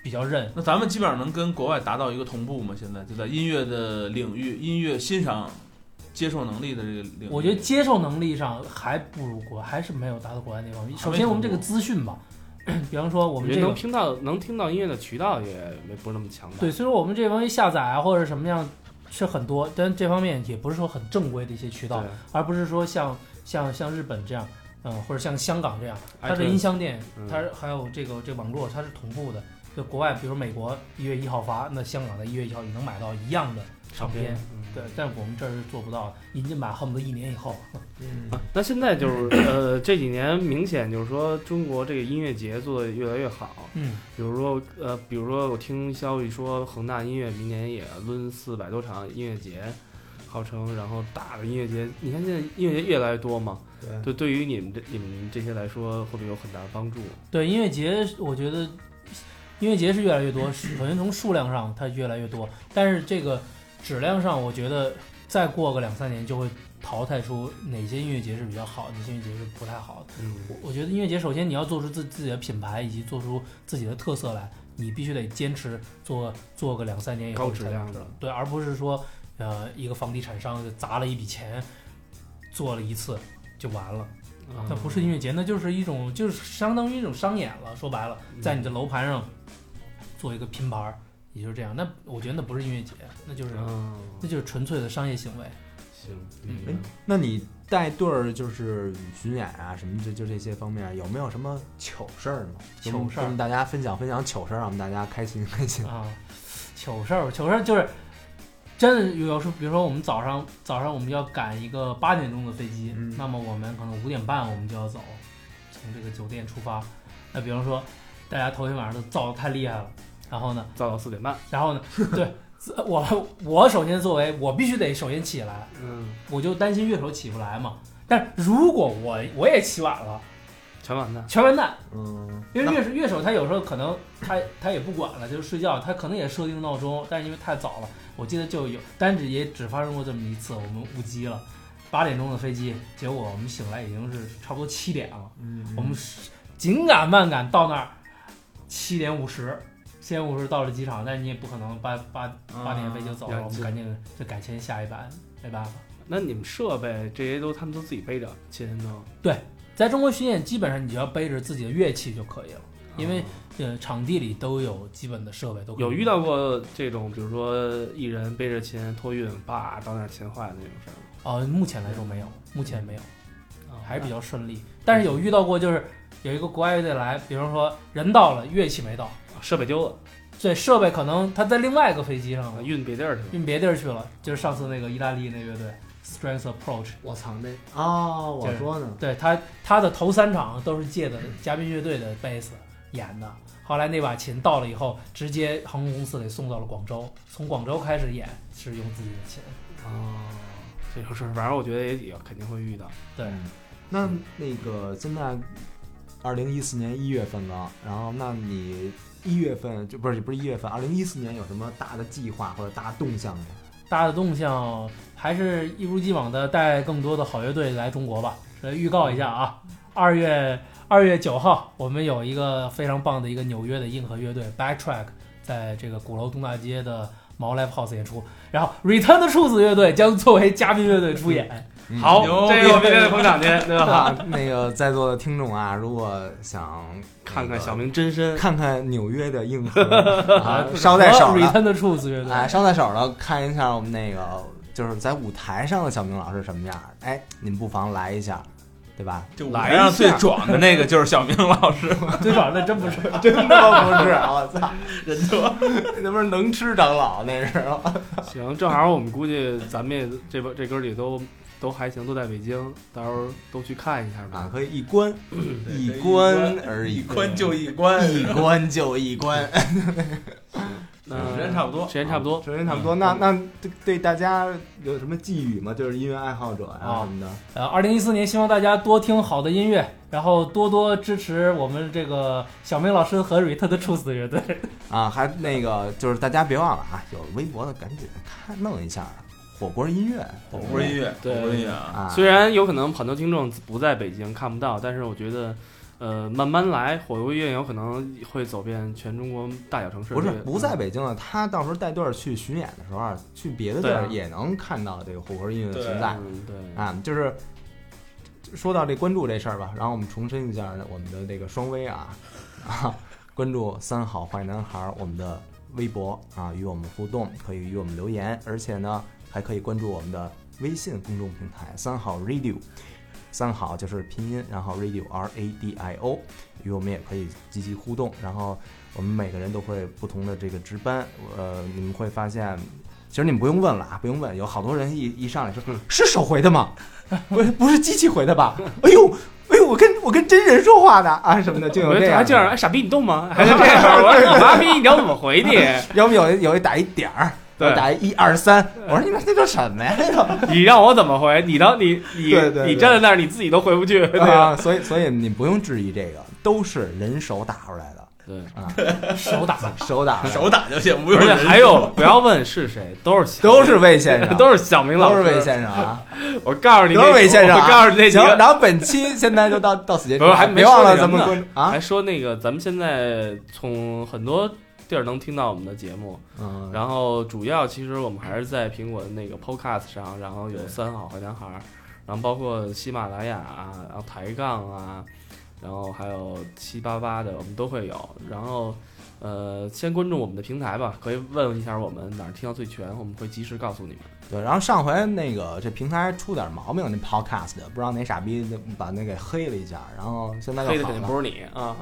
比较认。
那咱们基本上能跟国外达到一个同步吗？现在就在音乐的领域、音乐欣赏、接受能力的这个领域，
我觉得接受能力上还不如国，还是没有达到国外那方面。
还没
首先，我们这个资讯吧， 比方说
啊
我
我
们
觉得
这
能
个
听到能听到音乐的渠道也没不是那么强大，
对，虽说我们这方面下载啊或者什么样是很多，但这方面也不是说很正规的一些渠道
对，，
而不是说像像像日本这样，嗯、或者像香港这样，它的
iTunes
音箱店，
啊嗯
它还有这个这个网络，它是同步的。就国外，比如美国一月一号发，那香港的一月一号也能买到一样的唱片。，
嗯
对，但是我们这儿是做不到的，引进版恨不得一年以后。
嗯
那现在就是呃，这几年明显就是说中国这个音乐节做的越来越好，
嗯，
比如说呃，比如说我听消息说恒大音乐明年也抡四百多场音乐节，号称然后大的音乐节，你看现在音乐节越来越多嘛，
对
对，对于你们这你们这些来说会不会有很大的帮助？
对，音乐节我觉得音乐节是越来越多，是首先从数量上它越来越多，但是这个质量上，我觉得再过个两三年就会淘汰出哪些音乐节是比较好，哪些音乐节是不太好的。
嗯，
我觉得音乐节首先你要做出自自己的品牌，以及做出自己的特色来，你必须得坚持做做个两三年以后
高质量的嗯
才能对，而不是说呃一个房地产商砸了一笔钱，做了一次就完了，那不是音乐节，那就是一种就是相当于一种商演了。说白了，
嗯
在你的楼盘上做一个拼盘儿，也就是这样。那我觉得那不是音乐节，那就是、
嗯，
那就是纯粹的商业行为。
行，
嗯
嗯，
那你带队儿就是巡演啊，什么就就这些方面，有没有什么糗事儿吗？
糗
跟我们
事儿
跟大家分享分享糗事儿，让我们大家开心开心。
啊，糗事儿，糗事儿就是真的有时候，比如说我们早上早上我们要赶一个八点钟的飞机，
嗯
那么我们可能五点半我们就要走，从这个酒店出发。那比方说大家头天晚上都造的太厉害了，然后呢，
造到四点半，
然后呢， 对我我首先作为我必须得首先起来，
嗯，
我就担心乐手起不来嘛。但是如果我我也起晚了，
全完蛋，
全完蛋，
嗯，
因为乐手乐手他有时候可能他他也不管了，就是睡觉，他可能也设定闹钟，但是因为太早了，我记得就有，但是也只发生过这么一次，我们误机了，八点钟的飞机，结果我们醒来已经是差不多七点了，
嗯
我们是紧赶慢赶到那儿，七点五十，七点五十到了机场，但是你也不可能八八八
啊
点飞机就走了，
嗯
我们赶紧就改签下一班，没办法。
那你们设备这些都他们都自己背着，亲身都，
在中国巡演，基本上你只要背着自己的乐器就可以了，因为呃，场地里都有基本的设备，都可以
有遇到过这种，比如说艺人背着琴托运，叭到那儿琴坏了那种事儿
呃，目前来说没有，目前没有，
吗？
还是比较顺利。但是有遇到过，就是有一个国外乐队来，比方说人到了，乐器没到，
啊设备丢了，
这设备可能他在另外一个飞机上了，
运别地儿去了。
运别地儿去了。就是上次那个意大利那乐队 Strength Approach，
我操那哦，我
对
说呢，
对他他的头三场都是借的嘉宾乐队的贝斯演的。后来那把琴到了以后，直接航空公司给送到了广州，从广州开始演是用自己的琴。
哦，这种事儿，反正我觉得也也肯定会遇到。
对，
那那个现在二零一四年一月份了，然后那你一月份就不是不是一月份，二零一四年有什么大的计划或者大动向吗？
大的动向还是一如既往的带更多的好乐队来中国吧。这预告一下啊，二月二月九号，我们有一个非常棒的一个纽约的硬核乐队 Backtrack，在这个鼓楼东大街的毛 Live House 演出，然后 Return the Truth 乐队将作为嘉宾乐队出演。
嗯
好
牛，
这
逼
个我必须得捧场去，对吧？
啊， 那个在座的听众啊，如果想
看看小
明，
明真身，
看看纽约的硬核啊，捎带手
和
了，
Return the Truth 乐 队，
哎，捎带手了，看一下我们那个就是在舞台上的小明老师什么样儿，哎，你们不妨来一下，对吧？
就
来
来
一
上最
下
壮的那个就是小明老 师，
对吧？那真不 是。
真他妈不是，我操，
人多，
那不是能吃长老那是。
行，正好我们估计咱们也这边这哥儿里都都还行，都在北京，到时候都去看一下
啊，
吧。
可以一关
对
一
可以
嗯关而已，
一关就一关，
一关就一关，
那
时间差不多
时间差不多。
时间差不多。那那对对大家有什么寄语吗？就是音乐爱好者呀
啊
哦
什么的。
呃，二零一四年，希望大家多听好的音乐，然后多多支持我们这个小明老师和 Ret 的 Truth 乐队。
啊，还那个就是大家别忘了啊，有微博的赶紧看弄一下火锅音乐，
火锅音乐，火
对
锅音乐啊，
啊，
虽然有可能很多听众不在北京看不到，但是我觉得，呃，慢慢来，火锅音乐有可能会走遍全中国大小城市。嗯
不是
这个
不在北京了，他到时候带队儿去巡演的时候啊，去别的地
对
儿
啊
也能看到这个火锅音乐的存在
嗯，对，
啊。就是说到这关注这事儿吧，然后我们重申一下我们的这个双微啊啊，关注三好坏男孩儿我们的微博啊，与我们互动，可以与我们留言，而且呢还可以关注我们的微信公众平台三好 radio。三好就是拼音，然后 radio r a d i o，与我们也可以积极互动。然后我们每个人都会不同的这个值班，呃，你们会发现，其实你们不用问了啊，不用问，有好多人一一上来说
嗯
是手回的吗？不是不是机器回的吧？哎呦哎呦，我跟我跟真人说话的啊什么的，就有
我觉
这
得
样
还
的。
这样，哎，傻逼你动吗？ 还是这样？我说你妈逼，你要怎么回你？
要不有一有一打一点儿，
对
我打一一二三，我说你们这叫什么呀？这个
你让我怎么回？你当你你
对对对
你站在那儿，你自己都回不去。对吧
啊，所以所以你不用质疑这个，都是人手打出来的
对，
啊，
手打
手打出来的
手打就行，不
而
用
且
人
还有，不要问是谁，都是
都是魏先生，
都是小明老
都
师，
是魏先生啊。
我告诉你，
德伟先生啊
我告诉 你那几
行，
个，
然后本期现在就到到此结束
不是
啊，
还没
别忘
说
了
那
咱们
什么
关注啊
还，说那个咱们现在从很多地儿能听到我们的节目，
嗯，
然后主要其实我们还是在苹果的那个 Podcast 上，然后有
对
三好坏男孩儿，然后包括喜马拉雅啊，然后抬杠啊，然后还有七八八的，我们都会有。然后呃，先关注我们的平台吧，可以问一下我们哪儿听到最全，我们会及时告诉你们。
对，然后上回那个这平台出点毛病，那 Podcast 不知道哪傻逼就把那给黑了一下，然后现在
黑
又
的
好
肯定
了，
不是你啊，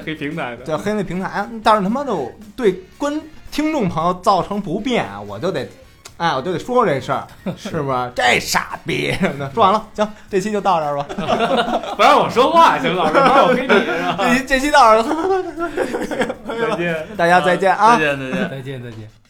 黑平台的。
对，黑那平台，但是他妈的对观听众朋友造成不便，我就得。哎，我就得说 这事儿，是不是？这傻逼 什么的，说完了，行，这期就到这儿吧。
不让我说话，行老师，不让我黑你是吧？
这期这期到这儿了，
再见。
大家再见啊！
再见再见。
再见，再见。